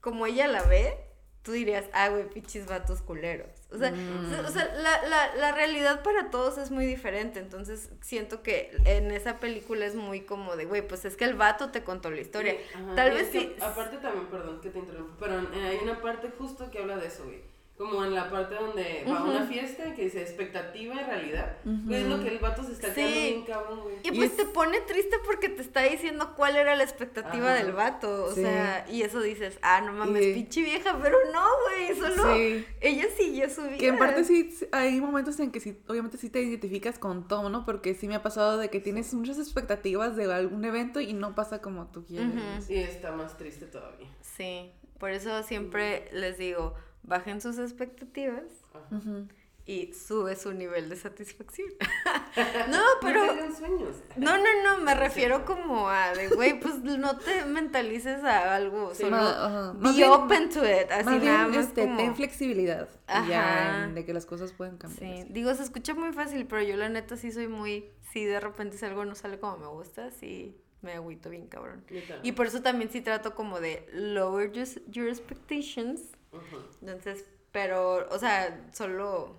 como ella la ve, tú dirías, ah, güey, pichis vatos culeros. O sea,
Mm.
o sea, la, la- la realidad para todos es muy diferente. Entonces, siento que en esa película es muy como de, güey, pues es que el vato te contó la historia.
Sí, ajá.
Tal
Y
vez
es que
sí...
Aparte también, perdón que te interrumpa, pero eh, hay una parte justo que habla de eso, güey. Como en la parte donde va a una fiesta que dice expectativa y realidad. Güey, es lo que el vato se está
Sí.
quedando bien cabrón, güey.
Y
Y
pues
es-
te pone triste porque te está diciendo cuál era la expectativa
Ajá.
del vato, o
Sí.
sea, y eso dices, ah, no mames,
Y-
pinche vieja, pero no, güey, solo
Sí.
ella siguió su vida.
Que en parte sí, sí, hay momentos en que sí, obviamente sí te identificas con Tom, ¿no? Porque sí me ha pasado de que tienes muchas expectativas de algún evento y no pasa como tú quieres.
Ujú.
Y está más triste todavía.
Sí, por eso siempre les digo, bajen sus expectativas
Ajá.
Ujú.
y sube su nivel de satisfacción. no,
No
pero...
tengan sueños.
No, no, no, me refiero como a de, güey, pues no te mentalices a algo,
Sí,
solo
ma- ajá.
be
Más bien-
open to it, así
Más
nada
bien,
más
este,
como-
ten flexibilidad. y
Ajá.
ya, en- de que las cosas pueden cambiar.
Sí,
así.
digo, se escucha muy fácil, pero yo la neta sí soy muy, si de repente si algo no sale como me gusta, sí me agüito bien cabrón.
Yo también.
Y por eso también sí trato como de lower your, your expectations.
Ajá.
Entonces, pero, o sea, solo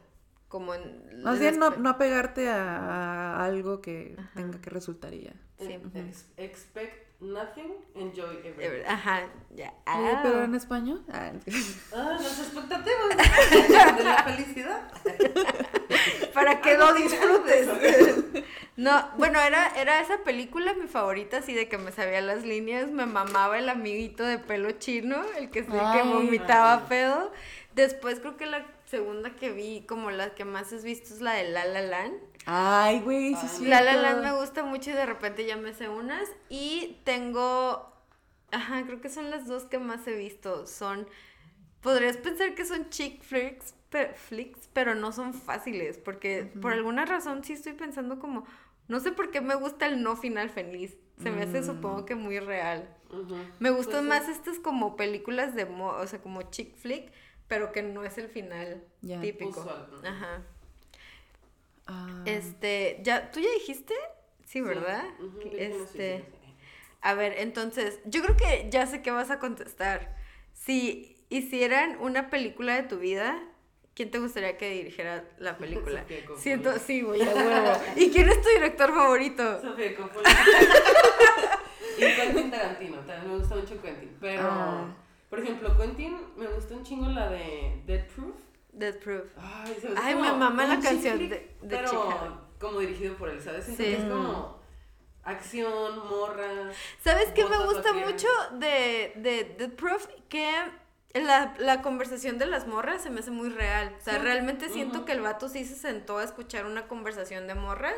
como en...
Más
en
bien no,
espe-
no apegarte a, a algo que tenga que resultar y ya.
Sí.
Eh, Ex- expect nothing, enjoy everything.
Eh, Ajá, ya.
Oye,
Ah.
Pero en español. Ah,
Ah, las expectativas de la felicidad.
Para que
Ah,
lo
no, sí,
disfrutes. No, bueno, era, era esa película mi favorita, así de que me sabía las líneas, me mamaba el amiguito de pelo chino, el que, el que
Ay.
vomitaba pedo. Después creo que la segunda que vi, como la que más has visto, es la de La La Land.
Ay, güey, sí,
Ay.
sí.
Ah. La La Land me gusta mucho y de repente ya me sé unas. Y tengo, ajá, creo que son las dos que más he visto. Son, podrías pensar que son chick flicks, pe- flicks, pero no son fáciles, porque por alguna razón sí estoy pensando como, no sé por qué me gusta el no final feliz. Se me
Mm.
hace, supongo que muy real.
Ajá.
Me gustan
Pues
más estas como películas de, mo- o sea, como chick flick, pero que no es el final
Ya.
típico.
Usual, ¿no?
Ajá.
Ah.
Este, ya, ¿tú ya dijiste? Sí, ¿verdad?
Ujú,
Que,
déjenme
este,
suicidarse.
a ver, entonces, yo creo que ya sé qué vas a contestar. Si hicieran una película de tu vida, ¿quién te gustaría que dirigiera la película?
Sofía Coppola.
Siento, sí, güey, a huevo. ¿Y quién es tu director favorito?
Sofía Coppola. y Quentin Tarantino, también me gusta mucho Quentin. Pero,
Ah.
por ejemplo, Quentin me gusta un chingo la de Dead Proof.
Death Proof.
Ay, se me
Ay,
como
me mama
un
la
chick
canción
flick,
de- de
Pero
Chicago.
como dirigido por él, ¿sabes? Siento
Sí.
que es como acción, morras.
¿Sabes qué me
Botas
gusta
vacías.
mucho de, de Death Proof? Que la, la conversación de las morras se me hace muy real. O sea,
Sí.
realmente siento
Ujú.
que el vato sí se sentó a escuchar una conversación de morras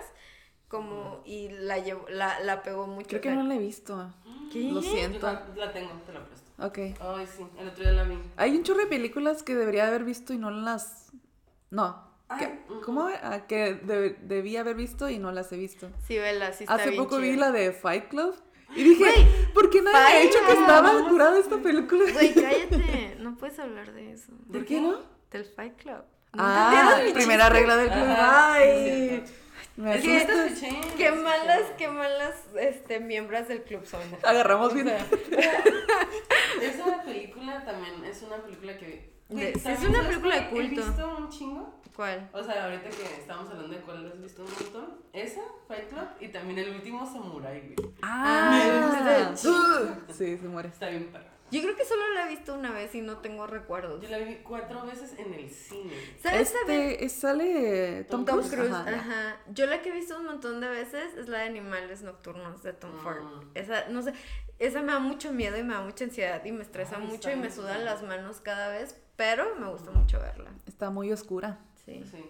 como y la, llevó- la, la pegó mucho.
Creo
O
que
sea,
no la he visto.
¿Qué?
Lo
Yo
siento.
La, la tengo, te la presto.
Ok.
Ay, sí, el otro día la vi.
Hay un chorro de películas que debería haber visto y no las. No.
Ay,
que-
ujú.
¿Cómo? Ah, que debía debí haber visto y no las he visto.
Sí, vela, sí está
Hace
bien
poco vi
chida.
la de Fight Club y dije,
Güey.
¿por qué nadie había dicho que
no,
estaba
vamos.
curada esta película.
Güey, cállate. No puedes hablar de eso.
¿Por qué no?
Del Fight Club.
Ah, primera regla del club. Ah,
Ajá, sí,
Ay.
cierto.
Me
Es que
asustas.
estas fiché,
Qué
no sé
malas, qué malas este, miembros del club son.
Agarramos bien.
Esa película también es una película que.
De-
Güey,
sí, es
también,
una
¿sabes
película de
qué? He
culto.
visto un chingo.
¿Cuál?
O sea, ahorita que estábamos hablando de cuál has visto un montón. Esa, Fight Club, y también El último Samurai, güey.
Ah,
Ah. Uh, Sí, se muere.
Está bien perro.
Yo creo que solo la he visto una vez y no tengo recuerdos.
Yo la vi cuatro veces en el cine.
¿Sabes también?
Este, sale Tom,
Tom
Cruise.
Cruise,
Ajá.
ajá. Yo la que he visto un montón de veces es la de Animales Nocturnos de Tom Ford.
Ah.
Mm.
Esa, no sé, esa me da mucho miedo y me da mucha ansiedad y me estresa
Ay,
mucho
está
y me
bien.
sudan las manos cada vez, pero me gusta mucho verla.
Está muy oscura.
Sí.
Sí.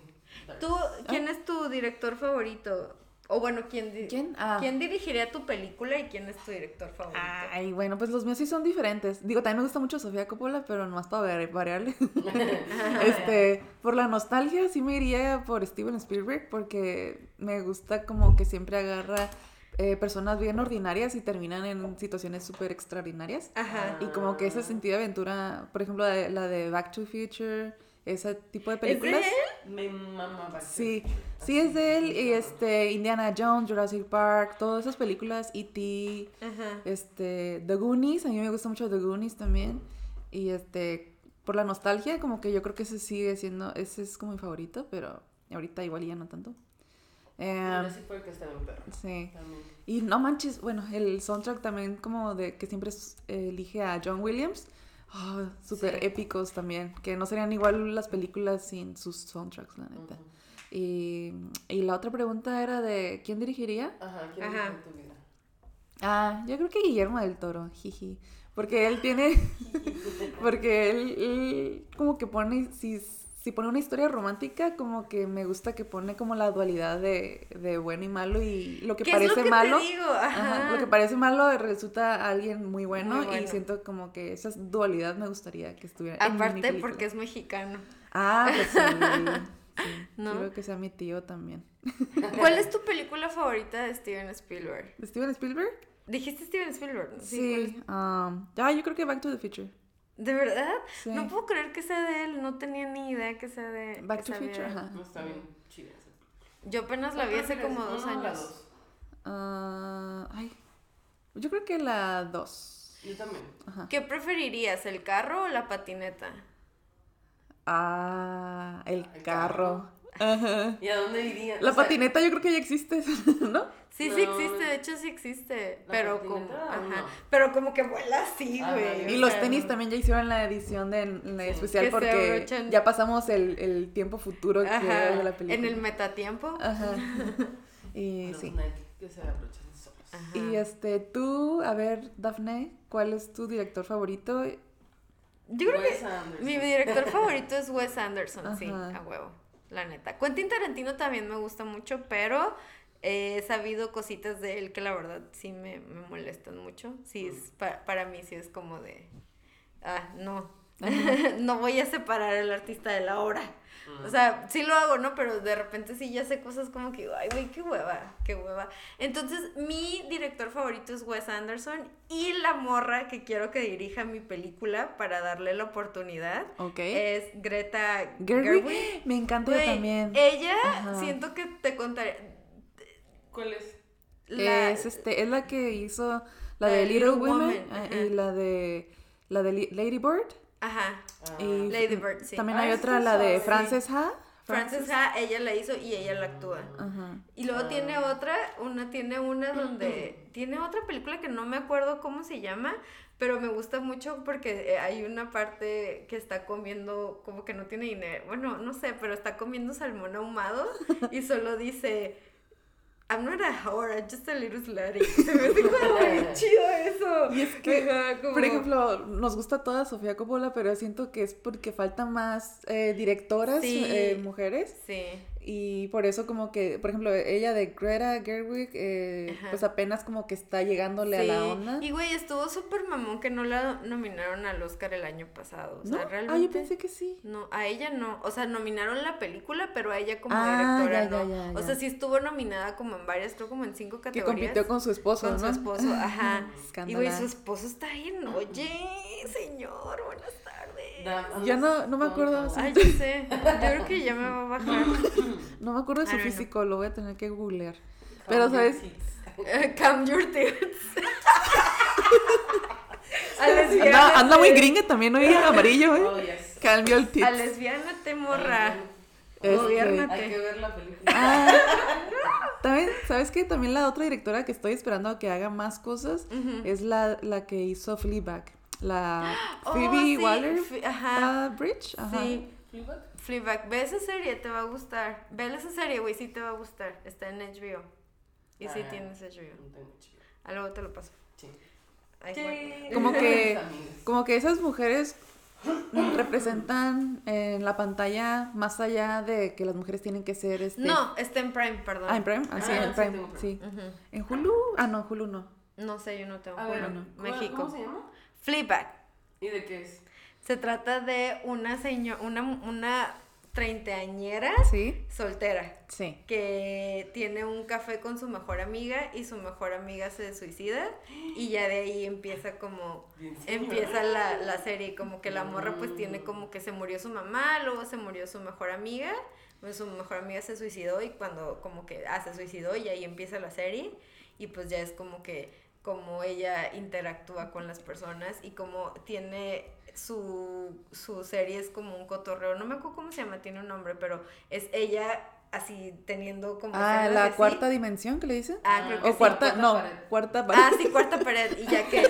¿Tú,
Ah.
quién es tu director favorito? O bueno, ¿quién, di-
¿Quién? Ah.
¿quién dirigiría tu película y quién es tu director favorito?
Ay, bueno, pues los míos sí son diferentes. Digo, también me gusta mucho Sofía Coppola, pero nomás para vari- variarle. este, por la nostalgia sí me iría por Steven Spielberg porque me gusta como que siempre agarra eh, personas bien ordinarias y terminan en situaciones súper extraordinarias.
Ajá.
Ah,
Y como que ese sentido de aventura, por ejemplo, la de, la de Back to Future, ese tipo de
de
películas.
él?
Me mama Back to
Sí,
Future.
sí es de él y este Indiana Jones, Jurassic Park, todas esas películas, E.T.,
Ajá.
este, The Goonies, a mí me gusta mucho The Goonies también. Y este, por la nostalgia, como que yo creo que ese sigue siendo, ese es como mi favorito, pero ahorita igual ya no tanto. Eh,
ah,
Ahora sí porque está bien perro.
sí.
También.
Y no manches, bueno, el soundtrack también como de que siempre es- elige a John Williams. ah, Súper
Sí.
épicos también, que no serían igual las películas sin sus soundtracks, la neta.
Ujú.
Y, y la otra pregunta era de quién dirigiría.
Ajá, ¿quién
Ajá.
es tu vida?
Ah, yo creo que Guillermo del Toro, jiji. Porque él tiene. porque él, él como que pone. Si, si pone una historia romántica, como que me gusta que pone como la dualidad de, de bueno y malo y lo que
¿Qué
parece
es lo que
malo.
te digo?
ajá,
Ajá.
lo que parece malo resulta alguien muy bueno,
Muy bueno.
y siento como que esa dualidad me gustaría que estuviera. en mi
Aparte
película.
porque es mexicano.
Ah, pues sí. sí.
¿No?
Quiero que sea mi tío también.
¿Cuál es tu película favorita de Steven Spielberg?
¿Steven Spielberg?
Dijiste Steven Spielberg, ¿no? ¿cuál
Sí. um, ah, yo creo que Back to the Future.
es? ¿De verdad?
Sí.
No pues, puedo creer que sea de él, no tenía ni idea que sea de
Back
que
to
sabía.
Future, ajá.
No está bien chida esa.
Yo apenas la vi hace
¿Cuál
como
prefieres?
dos
¿Una o la
años.
dos?
Ah, ay. Yo creo que la 2.
Yo también.
¿Qué preferirías, el carro o la patineta?
Ah, el
El
carro.
carro.
Ah.
¿Y a dónde iría?
La
O sea,
patineta yo creo que ya existe, ¿no?
Sí, sí
No.
existe, de hecho sí existe,
¿La
pero como,
patineta o
ajá,
no?
pero como que vuela así,
Ah,
güey.
vale.
Y
o
los
sea,
tenis también ya hicieron la edición de, en la
Sí.
especial
Que se
porque
abrochan.
ya pasamos el, el tiempo futuro que
ajá,
era de la película. Ah,
en el metatiempo.
Ajá. Y
Los
sí.
Nike que se abrochan solos.
Ajá.
Y este, tú, a ver, Dafne, ¿cuál es tu director favorito?
Yo creo
Wes
que
Anderson.
mi director favorito es Wes Anderson, sí,
Ajá.
a huevo, la neta. Quentin Tarantino también me gusta mucho, pero eh, he sabido cositas de él que la verdad sí me, me molestan mucho. Sí, es, pa- para mí sí es como de, ah, no, no voy a separar al artista de la obra. O sea, sí lo hago, ¿no? Pero de repente sí ya sé cosas como que, ay, güey, qué hueva, qué hueva. Entonces, mi director favorito es Wes Anderson y la morra que quiero que dirija mi película para darle la oportunidad
Ok.
es Greta
Gerwig.
Gerwig.
Me encanta yo
Güey,
también.
Ella,
Ajá.
siento que te contaré.
¿Cuál es?
la-
Es, este, es la que hizo
la
la de
de
Little,
Little
Women,
Women,
ah,
ajá.
y la de la de Li- Lady Bird.
Ajá.
Ah,
y
Lady Bird, sí.
También
Ah,
hay
esa
otra,
es
la de
suave.
Frances Ha.
Frances Ha, ella la hizo y ella la actúa.
Ajá.
Y luego
Ah.
tiene otra, una tiene una donde tiene otra película que no me acuerdo cómo se llama, pero me gusta mucho porque eh, hay una parte que está comiendo como que no tiene dinero, bueno, no sé, pero está comiendo salmón ahumado y solo dice I'm not a whore, I'm just a little slutty. Se me dijo muy chido eso.
Y es que,
Ajá, como-
Por ejemplo, nos gusta toda Sofía Coppola, pero siento que es porque faltan más eh, directoras
Sí.
eh, mujeres.
sí.
Y por eso como que, por ejemplo, ella de Greta Gerwig, eh,
Ajá.
pues apenas como que está llegándole a la
Sí,
onda.
Y güey, estuvo súper mamón que no la nominaron al Oscar el año pasado. O sea,
¿No?
realmente.
Ah, yo pensé que sí.
No, a ella no. O sea, nominaron la película, pero a ella como
Ah,
directora
ya,
no.
ya, ya,
O
ya.
sea, sí estuvo nominada como en varias, creo como en cinco
Que
categorías.
compitió con su esposo,
con
¿no?
su esposo, ajá. Y güey,
Escándala.
su esposo está bien. Oye, señor, buenas tardes.
Ya no- no me acuerdo, sí.
Ay, yo sé. Yo creo que ya me va a bajar.
No me acuerdo de
I
su
don't know.
físico, lo voy a tener que googlear. Pero, ¿sabes?
Eh, Calm your tits. a
Anda,
lesbiana.
anda muy gringa también, hoy amarillo,
Oh,
¿eh?
yes.
Cambió el tip.
A lesbiana te morra.
Este-
Gobiérnate.
Hay que ver la película.
Ah, también, ¿sabes qué? También la otra directora que estoy esperando a que haga más cosas es la, la que hizo Fleabag. La
Oh,
Phoebe
sí,
Waller
Ph- ajá.
ah, Bridge. Ajá.
Sí.
¿Fleabag?
Fleabag, ve esa serie, te va a gustar. Ve esa serie, güey, sí te va a gustar. Está en HBO. Y sí
Ah.
tienes HBO.
No tengo chido.
Ah, luego te lo paso.
Sí.
Ahí guarda.
Como que-
Amigas.
Como que esas mujeres representan en la pantalla más allá de que las mujeres tienen que ser este.
No, está en Prime, perdón.
Ah, en Prime. Ah, sí,
Ah,
en
sí,
Prime.
tengo Prime.
Sí.
Ujú.
En Hulu. Ah, no, en Hulu no.
No sé, yo no tengo
A ver,
Hulu,
¿cómo-
México.
¿Cómo se llama?
Fleabag.
¿Y de qué es?
Se trata de una señora, una, una treintañera
Sí.
soltera.
Sí.
que tiene un café con su mejor amiga y su mejor amiga se suicida y ya de ahí empieza como
Bien, señora.
empieza la, la serie como que la morra pues tiene como que se murió su mamá luego se murió su mejor amiga pues, su mejor amiga se suicidó y cuando como que ah, se suicidó y ahí empieza la serie y pues ya es como que como ella interactúa con las personas y como tiene su, su serie es como un cotorreo, no me acuerdo cómo se llama, tiene un nombre, pero es ella así teniendo como...
Ah,
escenas
la
así.
cuarta dimensión que le dicen.
Ah, creo que
o
sí.
cuarta,
cuarta
no,
pared.
cuarta pared.
Ah, sí, cuarta pared, y ya que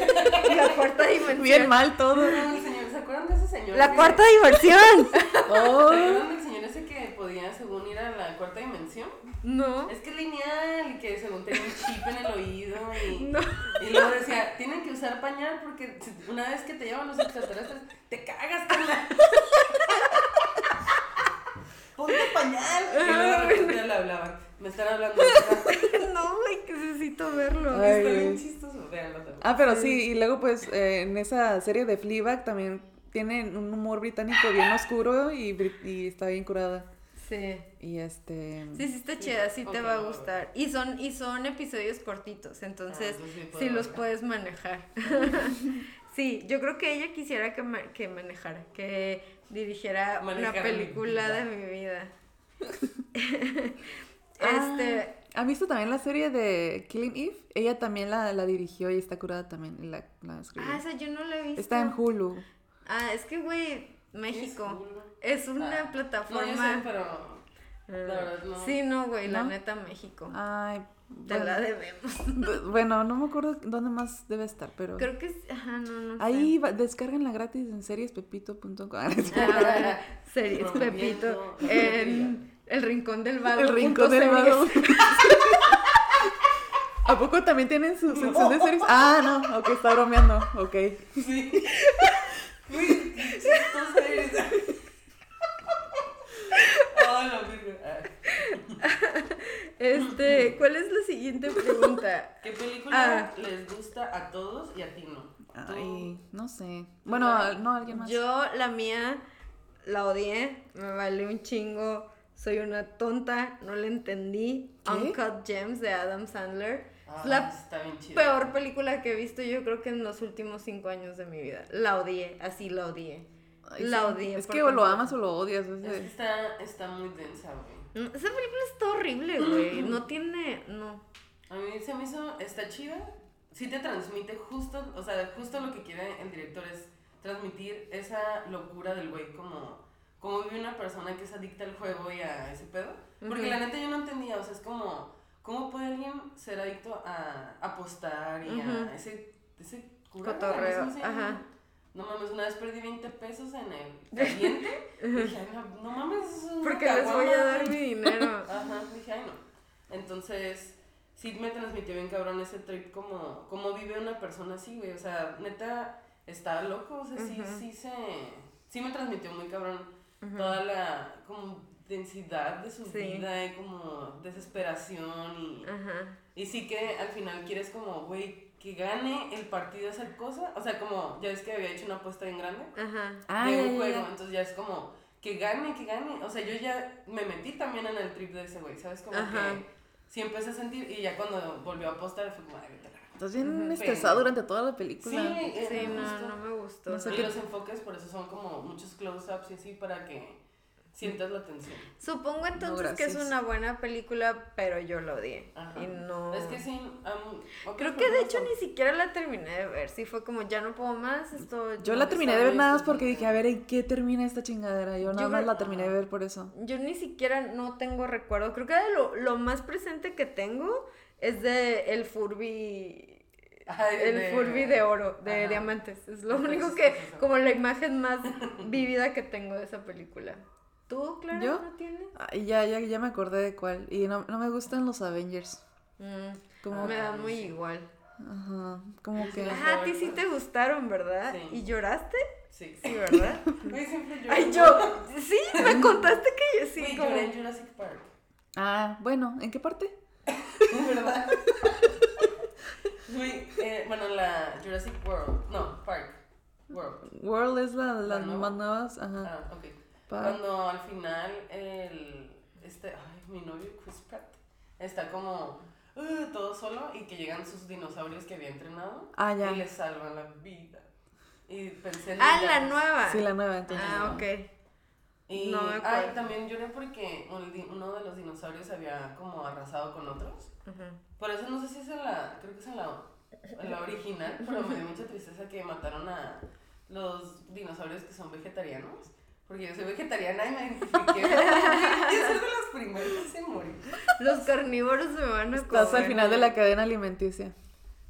la cuarta dimensión.
Bien mal todo.
Ah, el señor, ¿Se acuerdan de ese señor?
La
que-
cuarta diversión.
¿Se
Oh.
acuerdan del señor ese que podía, según, ir a la cuarta dimensión?
No.
Es que es lineal y que según tenía un chip en el oído y,
No.
y luego decía, tienen que usar pañal porque si- una vez que te llevan los extraterrestres, te cagas con la... Ponte pañal. Y luego
Ah,
de repente le hablaban, me están hablando.
No, güey, que necesito verlo.
Ay,
Está bien
güey.
chistoso, véanlo también.
Ah, pero sí, y luego pues eh, en esa serie de Fleabag también tienen un humor británico bien oscuro y, bri- y está bien curada.
Sí.
Y este...
Sí, sí está chida, sí te
Ok,
va a
la voy a ver.
gustar. Y son, y son episodios cortitos, entonces
Ah, entonces sí
sí,
puedo
los
verla.
puedes manejar. sí, yo creo que ella quisiera que, ma- que manejara, que dirigiera
Manejara
una
mi
película
vida.
de mi vida.
Ah,
este,
¿Han visto también la serie de Killing Eve? Ella también la, la dirigió y está curada también. y La, la escribió.
ah, esa yo no la he visto.
está en Hulu.
Ah, es que güey, México es una
Ah, No, yo sé,
plataforma.
pero... la verdad no.
Sí, no, güey, la
¿No?
neta México.
Ay,
Te la
bueno,
debemos.
bueno, no me acuerdo dónde más debe estar, pero...
Creo que es- ajá, no, no sé.
Ahí va- descárguenla gratis en seriespepito.com.
Ah, series
Promoviendo
Pepito
la
en el rincón del vado.
El rincón del
punto
vado.
series.
¿A poco también tienen su sección de series? Ah, no, ok, está bromeando, ok.
Sí. Uy, qué chistoso eres. Ah, la verga. Ah,
Este, ¿cuál es la siguiente pregunta?
¿Qué película
Ah.
les gusta a todos y a ti no? Tú-
Ay, no sé. Bueno, no, alguien más.
Yo la mía la odié, me vale un chingo, soy una tonta, no la entendí.
¿Qué?
Uncut Gems de Adam Sandler.
Ah,
Es la
está bien chido.
peor película que he visto yo creo que en los últimos cinco años de mi vida. La odié, así la odié.
Ay,
la
sí.
odié.
Es
por
que o lo
completo.
amas o lo odias. o sea,
Es que está, está muy densa, güey.
No, Esa película está horrible, güey. No tiene. No.
A mí se me hizo, está chida. Sí te transmite justo, o sea, justo lo que quiere el director es transmitir esa locura del güey, como, como vive una persona que es adicta al juego y a ese pedo. Porque
Ujú.
la neta yo no entendía, o sea, es como, ¿cómo puede alguien ser adicto a apostar y
Ujú.
a ese, ese
Cotorreo,
A mí se me hizo-
ajá.
No mames, una vez perdí 20 pesos en el caliente. dije, "Ay, no, no mames, es una
Porque les voy a
caguama,
dar mi
güey".
dinero.
Ajá, dije, ay no. Entonces, sí me transmitió bien cabrón ese trip como, como vive una persona así, güey. O sea, neta, está loco, o sea, sí,
Ujú.
sí se... Sí me transmitió muy cabrón toda la... Como densidad de su
Sí.
vida y como desesperación y,
Ajá.
y sí que al final quieres como, güey, que gane el partido esa cosa. O sea, como ya ves que había hecho una apuesta bien grande
Ajá.
Ah,
de
ya,
un
ya,
juego,
ya.
entonces ya es como que gane, que gane. O sea, yo ya me metí también en el trip de ese güey, ¿sabes? Como
Ajá.
que sí empecé a sentir y ya cuando volvió a apostar fue como, ay, vete a la verga".
Estás bien
Ujú,
estresado
pero-
durante toda la
Sí,
película.
eh,
Sí,
me
no,
gustó.
no me gustó.
No sé
Y
qué-
los enfoques por eso son como muchos close-ups y así para que sientas la tensión.
Supongo entonces que es
gracias.
una buena película, pero yo la odié.
Ajá.
Y no.
Es que sí. am- otras
Creo que de
personas
hecho
son-
ni siquiera la terminé de ver. Sí, fue como ya no puedo más. Esto,
Yo
no
la
me
terminé de
sale
ver nada más
esto,
porque
no.
dije, a ver, ¿en qué termina esta chingadera? Yo nada
Yo
más
creo-
la terminé de ver por eso.
Yo ni siquiera no tengo recuerdo. Creo que de lo, lo más presente que tengo es de el Furby.
Ay,
el
de-
Furby de oro, de
Ajá.
diamantes. Es lo
Ajá,
único
sí,
que,
sí, sí.
como la imagen más vívida que tengo de esa película. ¿Tú, Clara,
¿Yo?
no tienes?
Ay, Ah, ya, ya, ya me acordé de cuál. Y no, no me gustan los Avengers.
Mm,
Como,
me dan muy igual.
ajá, como que...
Ajá, a ti sí te gustaron, ¿verdad?
Sí.
¿Y lloraste?
Sí.
Sí, ¿verdad?
Güey, siempre lloro.
Ay, yo, sí, me contaste que yo sí,
Güey,
como...
lloré en Jurassic Park.
Ah, bueno, ¿en qué parte?
¿Verdad? Güey, eh, bueno, la Jurassic World. No, Park. World.
World es la, las
nueva.
más nuevas. Ajá.
Ah, ok.
Pa-
Cuando al final el. Este. Ay, mi novio Chris Pratt está como. "Uh", todo solo y que llegan sus dinosaurios que había entrenado
Ah,
y
ya.
le salvan la vida. Y pensé en
Ah,
ella.
la nueva.
Sí, la nueva, entonces.
Ah, ok.
Y
No me
ay,
acuerdo.
también lloré porque un di- uno de los dinosaurios había como arrasado con otros.
Ajá.
Por eso no sé si es en la. Creo que es en la, en la original, pero me dio mucha tristeza que mataron a los dinosaurios que son vegetarianos. Porque yo soy vegetariana y me identifiqué. Yo soy de los primeros en morir.
Los carnívoros se me van a
Estás al
comer.
final de la cadena alimenticia.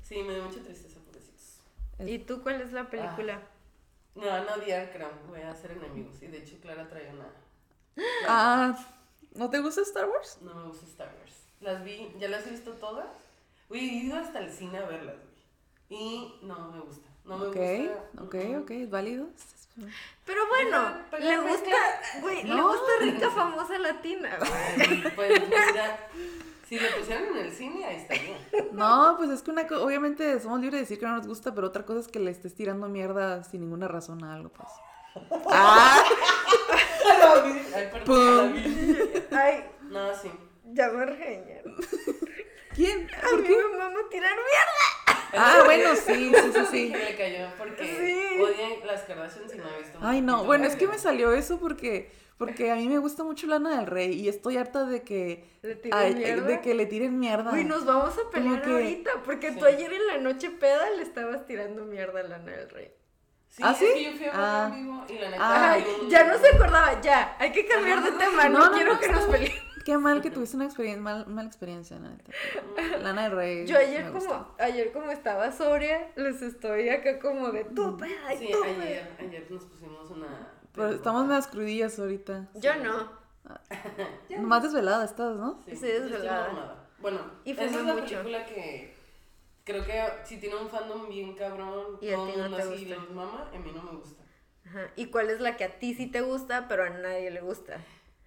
Sí, me dio mucha tristeza, pobrecitos.
¿Y tú cuál es la película?
Me van a odiar, creo. Voy a hacer enemigos. Y de hecho, Clara trae una.
Ah, ¿no te gusta Star Wars?
No me gusta Star Wars. Las vi, ya las he visto todas. Uy, he ido hasta el cine a verlas, güey. Y no me gusta. No me
Ok,
gusta.
ok, ok, es válido.
Pero bueno,
Pero- pero
le
es
gusta, güey, le
No.
gusta rica famosa latina, güey.
Pues mira, si lo pusieron en el cine, ahí estaría.
No, pues es que una co- obviamente somos libres de decir que no nos gusta, pero otra cosa es que le estés tirando mierda sin ninguna razón a algo, pues. Ah,
Ay, perdón, ya la vi.
Ay,
No, sí.
ya me regañaron.
¿quién?
A mí me mama tirar mierda.
Ah, bueno, sí, sí, sí, sí.
Que le cayó porque
Sí.
odian las Kardashians y no he visto.
Ay,
un
no,
capítulo
bueno,
de
es que me
ellas.
salió eso porque porque a mí me gusta mucho Lana del Rey y estoy harta de que
¿Le tiren
ay,
mierda?
de que le tiren mierda.
Güey, nos vamos a pelear
que-
ahorita, porque tú
Sí.
ayer en la noche peda le estabas tirando mierda a Lana del Rey.
Sí,
¿Ah,
es
sí?
que yo fui a verlo
Ah.
en vivo y la neta.
Ay, Ah,
no-
Ya no se acordaba, ya, hay que cambiar de tema, no,
No, no,
quiero
no,
que
está
nos
bien.
peleemos.
Qué mal que tuviste una experiencia, mal, mala experiencia, la neta. Lana del Rey.
Yo ayer
me gusta.
como, ayer como estaba sobria, les estoy acá como de tú peda y
Sí,
tú peda".
ayer, ayer nos pusimos una.
Pero estamos más crudillas ahorita.
Yo no.
Más desveladas estás, ¿no?
Sí,
Sí,
yo
es
estoy
verdad.
mormada. Bueno,
Y
esa es
fumé
la
mucho.
película que creo que si tiene un fandom bien cabrón,
Y a
todo
ti
el
no
mundo
te
así
gusta.
los mama, a mí no me gusta.
Ajá. ¿Y cuál es la que a ti sí te gusta, pero a nadie le gusta?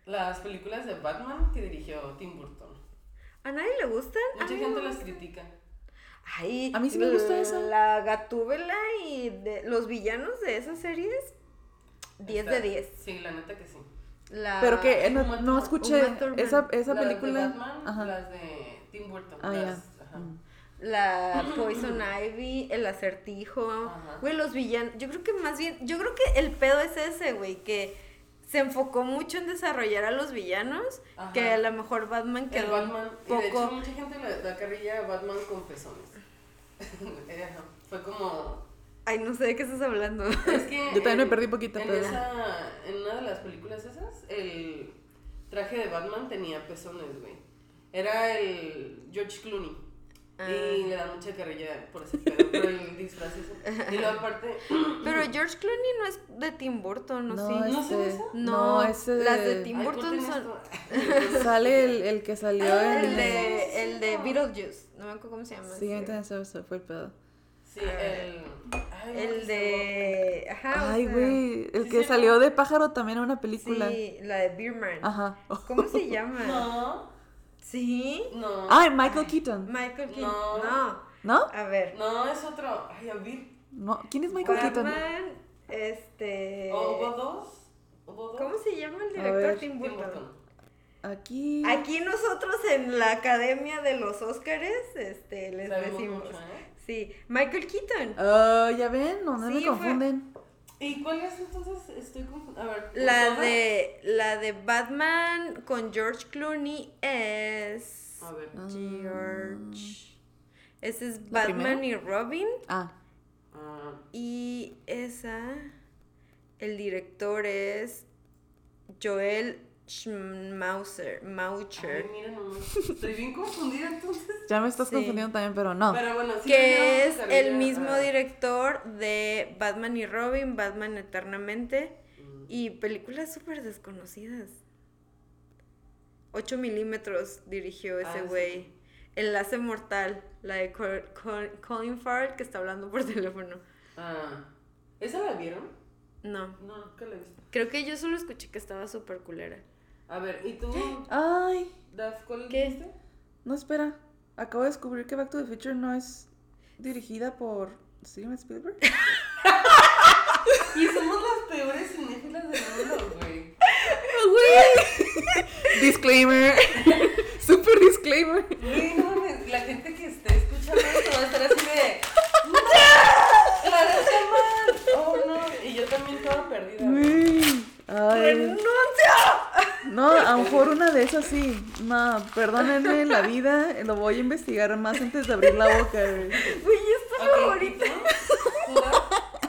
Las películas de Batman que dirigió Tim Burton.
¿A nadie le gustan? A
Mucha
mí
gente
no.
las critica.
Ay,
A mí sí me gusta esa.
La Gatúbela y de- los villanos de esas series, 10 de
Está-
10.
Sí, la neta que sí.
La...
Pero que eh, no,
Uma
no
Thurman.
escuché
Uma Thurman.
esa, esa
las
película.
De Batman,
Ajá.
las de Tim Burton.
Ah,
las-
ya.
ajá.
Mm.
La Poison Ivy, el acertijo,
Ajá.
güey, los villanos. Yo creo que más bien, yo creo que el pedo es ese, güey, que se enfocó mucho en desarrollar a los villanos,
Ajá.
que a lo mejor Batman
El
quedó
Batman.
un
Y de hecho,
poco.
mucha gente le da carrilla a Batman con pezones. Eh, ajá. Fue como.
Ay, no sé de qué estás hablando.
Es que
Yo también me
en-
perdí poquito,
En,
pero-
esa, en una de las películas esas, el traje de Batman tenía pezones, güey. Era el George Clooney. Y
Ah.
le da mucha carrilla por ese pedo, por el disfraz ese. Y luego aparte,
Pero George Clooney no es de Tim Burton, ¿no?
No,
sí.
¿No
este-
son esas?
No,
ese
las de Tim
Ay,
Burton
corten
son.
esto.
Sale el, el que salió
Ah,
en
el
sí,
de,
sí,
el de
no.
Beetlejuice, no me acuerdo cómo se llama.
Sí,
ese.
entonces eso fue el pedo.
Sí, el. ay, no,
El
este
de. Ajá. Ah, o
Ay,
sea,
güey. El
sí
que
se
salió de pájaro también en una película.
Sí, la de Beerman.
Ajá.
¿Cómo se llama?
No,
Sí.
no.
Ay, Ah, Michael Keaton.
Michael Keaton.
No.
No.
¿No?
A ver.
No, es otro. Ay, a ver.
No. ¿Quién es Michael Keaton?
Batman, este.
¿O Oh, hubo dos? ¿Hubo dos?
¿Cómo se llama el
A
director
ver.
Tim
Tim
Burton?
Burton.
Aquí.
Aquí nosotros en la Academia de los Óscares, este, les
Sabemos
decimos.
mucho, ¿eh?
Sí, Michael Keaton.
Ah, ya ven, no, no
Sí,
me
fue-
confunden.
¿Y cuál es entonces? Estoy confundiendo. A ver.
La
¿todas?
de la de Batman con George Clooney es
A ver.
George. Ese es
¿La
Batman y Robin
Ah,
Ah,
y esa el director es Joel Schmauser,
ay,
Maucher,
mira nomás. Estoy bien confundida entonces.
ya me estás
Sí.
confundiendo también, pero no.
Pero bueno, sí.
que
le
es
dieron Ah,
el
Oscar,
mismo
¿verdad?
director de Batman y Robin, Batman Eternamente
Mm.
y películas súper desconocidas. 8 milímetros dirigió
Ah,
ese
sí.
güey. Enlace Mortal, la de Col- Col- Colin Farrell que está hablando por teléfono.
Ah. ¿Esa la vieron?
No,
No, nunca la he visto.
creo que yo solo escuché que estaba súper culera.
A ver, ¿y tú,
Ay,
Daf, cuál
¿Qué?
dijiste?
no, espera. Acabo de descubrir que Back to the Future no es dirigida por Steven Spielberg.
Y somos las peores cinéfilas del mundo, güey.
disclaimer. Super disclaimer.
Güey, no mames, la gente que esté escuchando esto va a estar así de. ¡No! ¡Claro está mal! ¡Oh, no! Y yo también estaba perdida. güey.
Güey. Ay. No, a lo mejor una de esas sí. No, perdónenme la vida. Lo voy a investigar más antes de abrir la boca. güey.
Güey, esto es
Ok,
favorito.
¿tú? ¿Tú, Daf?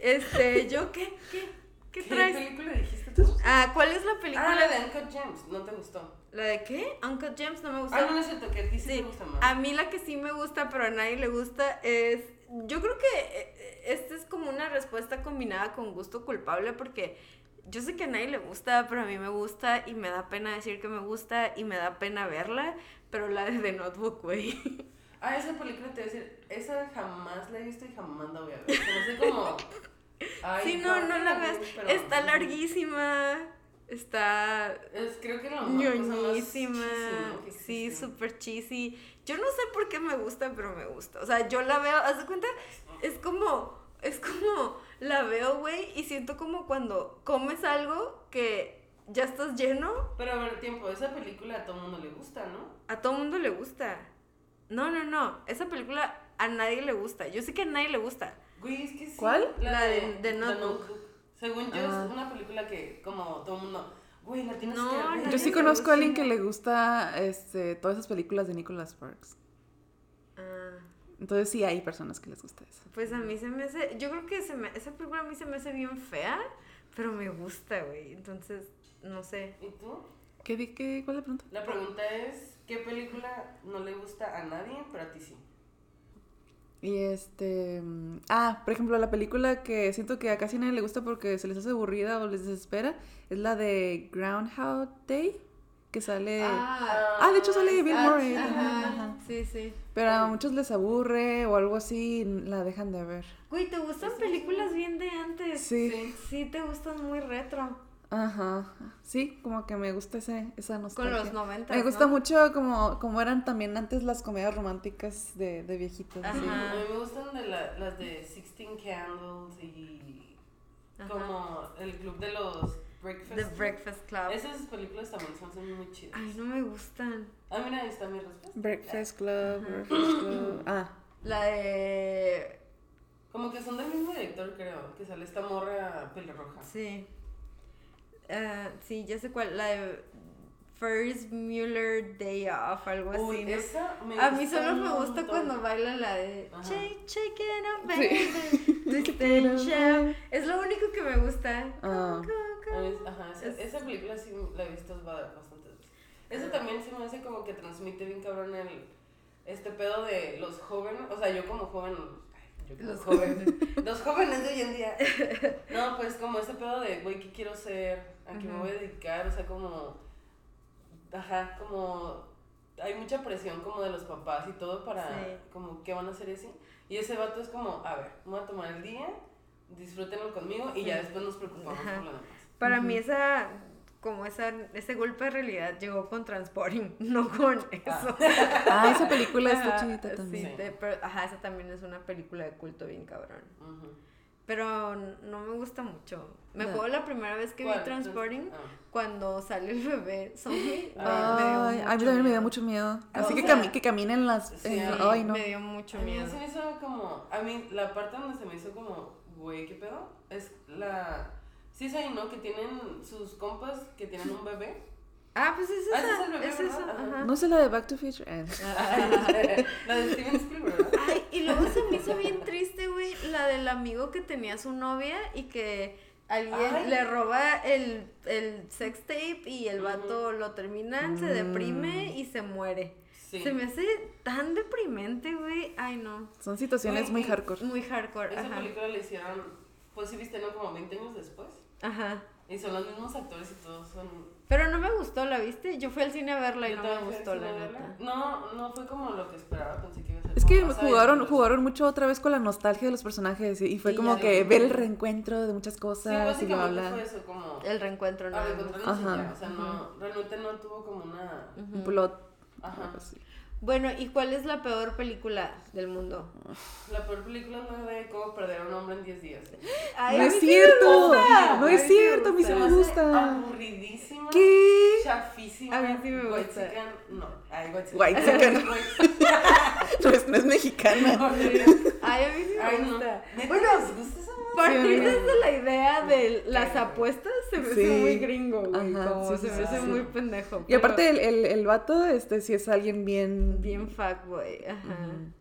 Este, ¿yo qué? ¿Qué? ¿Qué
¿Qué
traes?
película dijiste tú?
Ah, ¿cuál es la película?
Ah, la de Uncle James, no te gustó.
¿La de qué? Uncle James no me gusta.
Ah, no, no es cierto, que a ti sí, te
Sí, Ah,
gusta más.
a mí la que sí me gusta, pero a nadie le gusta, es... Yo creo que eh, eh, esta es como una respuesta combinada con gusto culpable porque yo sé que a nadie le gusta, pero a mí me gusta y me da pena decir que me gusta y me da pena verla, pero la de The Notebook, güey.
Ah, esa película te voy a decir, esa jamás la he visto y jamás la voy a ver. No sé cómo. Ay,
sí, no, no la ves.
ves, pero-
Está larguísima, está
Es, creo que la pues, más cosa más
ñoñísima,
chisima que
sí,
existe.
súper cheesy. Yo no sé por qué me gusta, pero me gusta. O sea, yo la veo, haz de cuenta, es como, es como, la veo, güey, y siento como cuando comes algo que ya estás lleno,
Pero a ver, tiempo, esa película a todo mundo le gusta, ¿no?
a todo mundo le gusta. No, no, no, esa película a nadie le gusta. Yo sé que a nadie le gusta.
Güey, es que sí.
¿Cuál?
La de- de Notebook.
Según yo,
Ah.
es una película que, como todo mundo, güey, la tienes
No,
que ver.
no,
Yo sí
Nadie
conozco
le
a alguien
gusta.
que le gusta este, todas esas películas de Nicholas Sparks.
Ah,
Entonces sí hay personas que les gusta eso.
pues a mí se me hace, yo creo que se me- esa película a mí se me hace bien fea, pero me gusta, güey. Entonces, no sé.
¿Y tú?
¿Qué, di- qué, ¿Cuál es la pregunta?
La pregunta es, ¿qué película no le gusta a nadie, pero a ti sí?
Y este. mm, Ah, por ejemplo, la película que siento que a casi nadie le gusta porque se les hace aburrida o les desespera es la de Groundhog Day, que sale. Ah, de hecho sale Bill Murray.
Ajá, sí, sí.
Pero a muchos les aburre o algo así, y la dejan de ver.
Güey, ¿te gustan películas bien de antes?
Sí.
Sí, te gustan muy retro.
Ajá. Sí, como que me gusta ese, esa
Con
nostalgia.
los 90.
Me gusta mucho como, como eran también antes las comedias románticas de, de viejitos. así.
Sí,
Ajá.
A mí me gustan de la- las de Sixteen Candles y como el club de los Breakfast.
The Breakfast Club.
Esas películas también son, son muy chidas.
Ay, no me gustan.
Ah, mira, ahí está mi respuesta.
Breakfast Club, Breakfast Club. Ah,
La de.
Como que son del mismo director, creo, que sale esta morra pelirroja.
Sí. Ah, sí, ya sé cuál. La de First Mueller Day Off, algo así.
Uy,
Es-
esa me
A mí
gusta
solo
un
me gusta
montón.
cuando baila la de
Ajá.
Shake, shake it up,
Sí.
baby. Twist and shout. Es lo único que me gusta.
Ah.
Go, go,
A
go.
mí- Ajá, esa,
Es-
esa película sí la he visto ba- bastantes veces. Eso también se me hace como que transmite bien cabrón el este pedo de los jóvenes, o sea, yo como joven, ay, yo como
Los
joven, los jóvenes de hoy en día. No, pues como ese pedo de, güey, ¿qué quiero ser? ¿A qué me
Ujú.
voy a dedicar? O sea, como ajá, como hay mucha presión como de los papás y todo para
Sí.
como qué van a hacer y así. Y ese vato es como, a ver, me voy a tomar el día, disfrútenlo conmigo y ya después nos preocupamos
Ajá.
por lo demás.
Para mí esa, como esa, ese golpe de realidad llegó con Transporting, no con eso.
Ah, esa película está
Ajá,
chidita
sí,
también.
te- pero- ajá, esa también es una película de culto bien cabrón.
Ujú.
Pero no me gusta mucho. Me
No.
acuerdo la primera vez que vi
¿Cuál?
Transporting,
Ah.
cuando sale el bebé zombie. me- me dio
Ay, a mí también me
miedo.
dio mucho miedo. Así
O
que,
sea,
cami- que caminen las.
sí,
en-
a mí
ay, no.
Me dio mucho
A mí
miedo.
se me hizo como. A mí, la parte donde se me hizo como, güey, ¿qué pedo? Es la. Sí, es ahí, ¿no? Que tienen sus compas que tienen un bebé.
Ah, pues es
Ah,
esa.
ese es el bebé,
es
¿verdad?
esa,
Ajá.
ajá.
No sé la de Back to Future. eh.
la de Steven Spielberg, ¿verdad?
Ay, y luego se me hizo bien triste, güey, la del amigo que tenía su novia y que alguien
Ay.
le roba el, el sex tape y el vato lo terminan, se deprime y se muere.
Sí.
Se me hace tan deprimente, güey. Ay, no.
Son situaciones muy hardcore.
Muy hardcore.
Esa
Ajá.
película la hicieron. Pues sí, viste, ¿no? Como 20 años después.
Ajá.
Y son los mismos actores y todos son.
Pero no me gustó, ¿la viste? Yo fui al cine a verla y
Yo
no me
también fui
gustó,
al
la
cine a
neta.
verla. No, no fue como lo que esperaba, pensé que iba a ser.
Es
como
que
más
jugaron,
aventuroso.
jugaron mucho otra vez con la nostalgia de los personajes y y fue
Sí,
como
ya
que
sé.
ver el reencuentro de muchas
Sí,
cosas y bla,
básicamente
bla.
fue eso, como.
El reencuentro, no.
A
me gustó.
reencontrarnos
Ajá.
y ya, O sea, no, realmente no tuvo como una.
Un plot.
Ajá.
algo así.
Bueno, ¿y cuál es la peor película del mundo?
La peor película es la de cómo perder a un hombre en 10 días.
Ay,
no
a
es
mí sí me
cierto.
gusta.
No
A
es
mí sí me
cierto, a mí sí
gusta.
me
hace
gusta.
Aburridísima.
¿Qué?
Chafísima.
A mí sí me gusta.
whitezican, No. Ay, guachican.
Whitezican. No es, no es mexicana.
Ay, a mí sí me
Ay, no.
gusta.
Bueno, ¿les gusta esa madre?
Partir
Sí, a mí-
desde la idea de las
Sí.
apuestas se me hace
Sí.
muy gringo, güey.
Ajá,
como
sí,
se
sí,
me
sí,
hace
sí.
muy pendejo.
Y
pero
aparte el, el, el vato, este sí es alguien bien...
Bien fuckboy, ajá.
Ujú.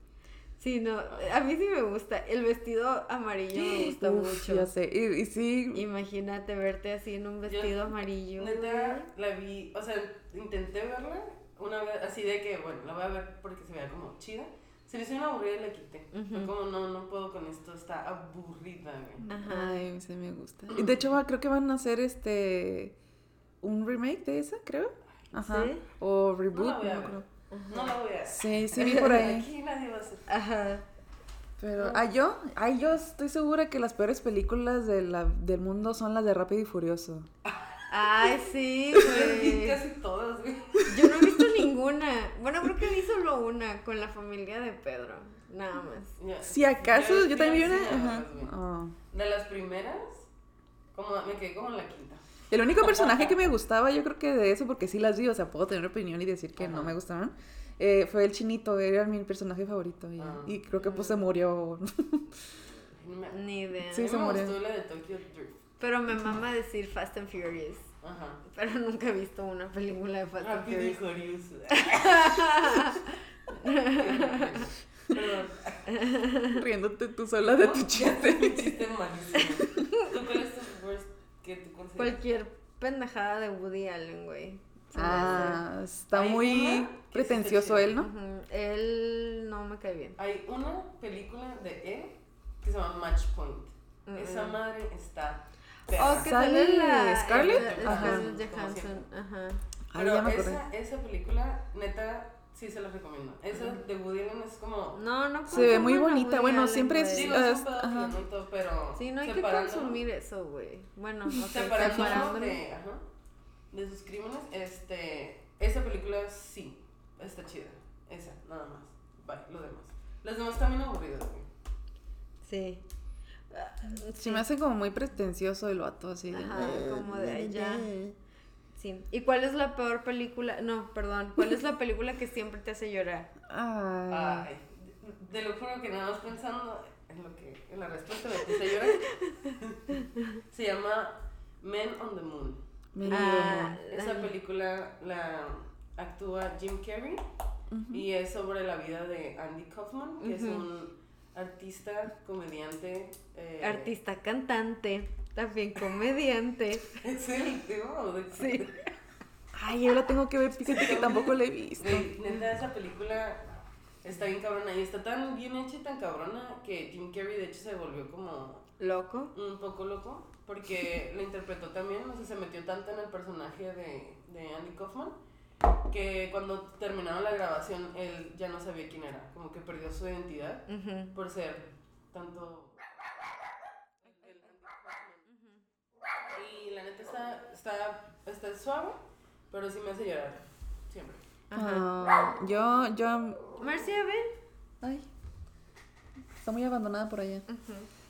Sí, no, a mí sí me gusta. El vestido amarillo me gusta
Uf,
mucho.
Ya sé. Y, y sí,
Imagínate verte así en un vestido amarillo.
Neta, la vi, o sea, intenté verla una vez, así de que, bueno, la voy a ver porque se vea como chida. Se me hizo una aburrida y la quité. Fue
Ujú.
Como no, no puedo con esto, está aburrida, güey.
Ajá.
Ay, sí me gusta. Y De hecho, va- creo que van a hacer este un remake de esa, creo. Ajá.
¿Sí?
O
No
reboot,
la
no,
voy a
me
ver.
acuerdo.
No la voy a hacer.
Sí, sí vi por ahí.
Aquí nadie va a hacer.
Ajá.
Pero, ah, yo, ay, yo estoy segura que las peores películas de la- del mundo son las de Rápido y Furioso.
Ay, sí,
Vi
güey.
casi todas, güey.
Yo no he visto ninguna. Bueno, creo que vi solo una con la familia de Pedro. Nada más.
Ya.
Si acaso, yo,
fui
también vi
al
una.
cine a
Ajá.
verlas, güey.
Oh.
De las primeras, como me quedé como en la quinta.
El único personaje que me gustaba, yo creo que de eso, porque sí las vi, o sea, puedo tener opinión y decir que no
Ajá.
me gustaron, eh, fue el chinito, era mi personaje favorito. Y,
Ah.
y creo que pues se murió.
Ay, no me- A mí
Ni idea.
Sí. se
me
murió.
gustó la de Tokyo Drift.
Pero me mama decir Fast and Furious.
Ajá.
Pero nunca he visto una película de Fast and
Rápido y
Furious.
curioso.
riéndote tú sola de tu chiste.
Un chiste malísimo. ¿Tú cuál es tu worst que tú consideras?
Cualquier pendejada de Woody Allen, güey. Se me
Ah, está
Hay
muy
una que sí
pretencioso
está chida.
él,
hace.
¿no?
Ujú. Él no me cae bien.
Hay una película de él que se llama Match Point. Esa
Mm.
madre está.
Oh,
perra.
que
¿Sale
sale la
Scarlett?
la- la
Ajá.
Scarlett
Como
Johansson.
siempre.
Ajá.
Ay, ya
Pero
me acordé.
esa, esa película, neta, sí se la recomiendo. Esa de Woody Allen es como. pues
No, no.
Se ve muy
consuman a
bonita.
Woody
Bueno,
Allen,
siempre
güey.
sí,
Digo, es un
ah,
pedo
ajá.
que no y todo, pero.
Sí, no hay que
separándolo-
consumir eso, güey. Bueno, ok,
Separándolo
separándolo.
de, ajá, de sus crímenes, este, esa película sí, está chida. Esa, nada más. Bye, los demás. Los demás también aburridos, güey.
Sí. Ah,
Se me hace como muy pretencioso el vato así. Eh, de-
Ajá, como de ahí ya. Sí. ¿Y cuál es la peor película? No, perdón. ¿Cuál es la película que siempre te hace llorar?
Ay.
Ay, te lo juro que nada más pensando en lo que, en la respuesta me puse a llorar. Se llama Men on the Moon.
me
Ah,
dio.
Esa
la-
película la actúa Jim Carrey y es sobre la vida de Andy Kaufman, que es
Ujú.
un artista, comediante. eh,
Artista cantante, también comediante.
¿Es el tema? o de-
Sí.
Ay, yo la tengo que ver, fíjate que tampoco la he visto.
Güey, neta, esa película está bien cabrona y está tan bien hecha y tan cabrona que Jim Carrey de hecho se volvió como
Loco.
un poco loco porque lo interpretó también, o sea, se metió tanto en el personaje de, de Andy Kaufman que cuando terminaron la grabación él ya no sabía quién era, como que perdió su identidad
Ujú.
por ser tanto... la neta está, está, está suave, pero sí me hace llorar. Siempre.
Ajá.
Ah, yo, yo
Marcia, ven.
Ay. Está muy abandonada por allá.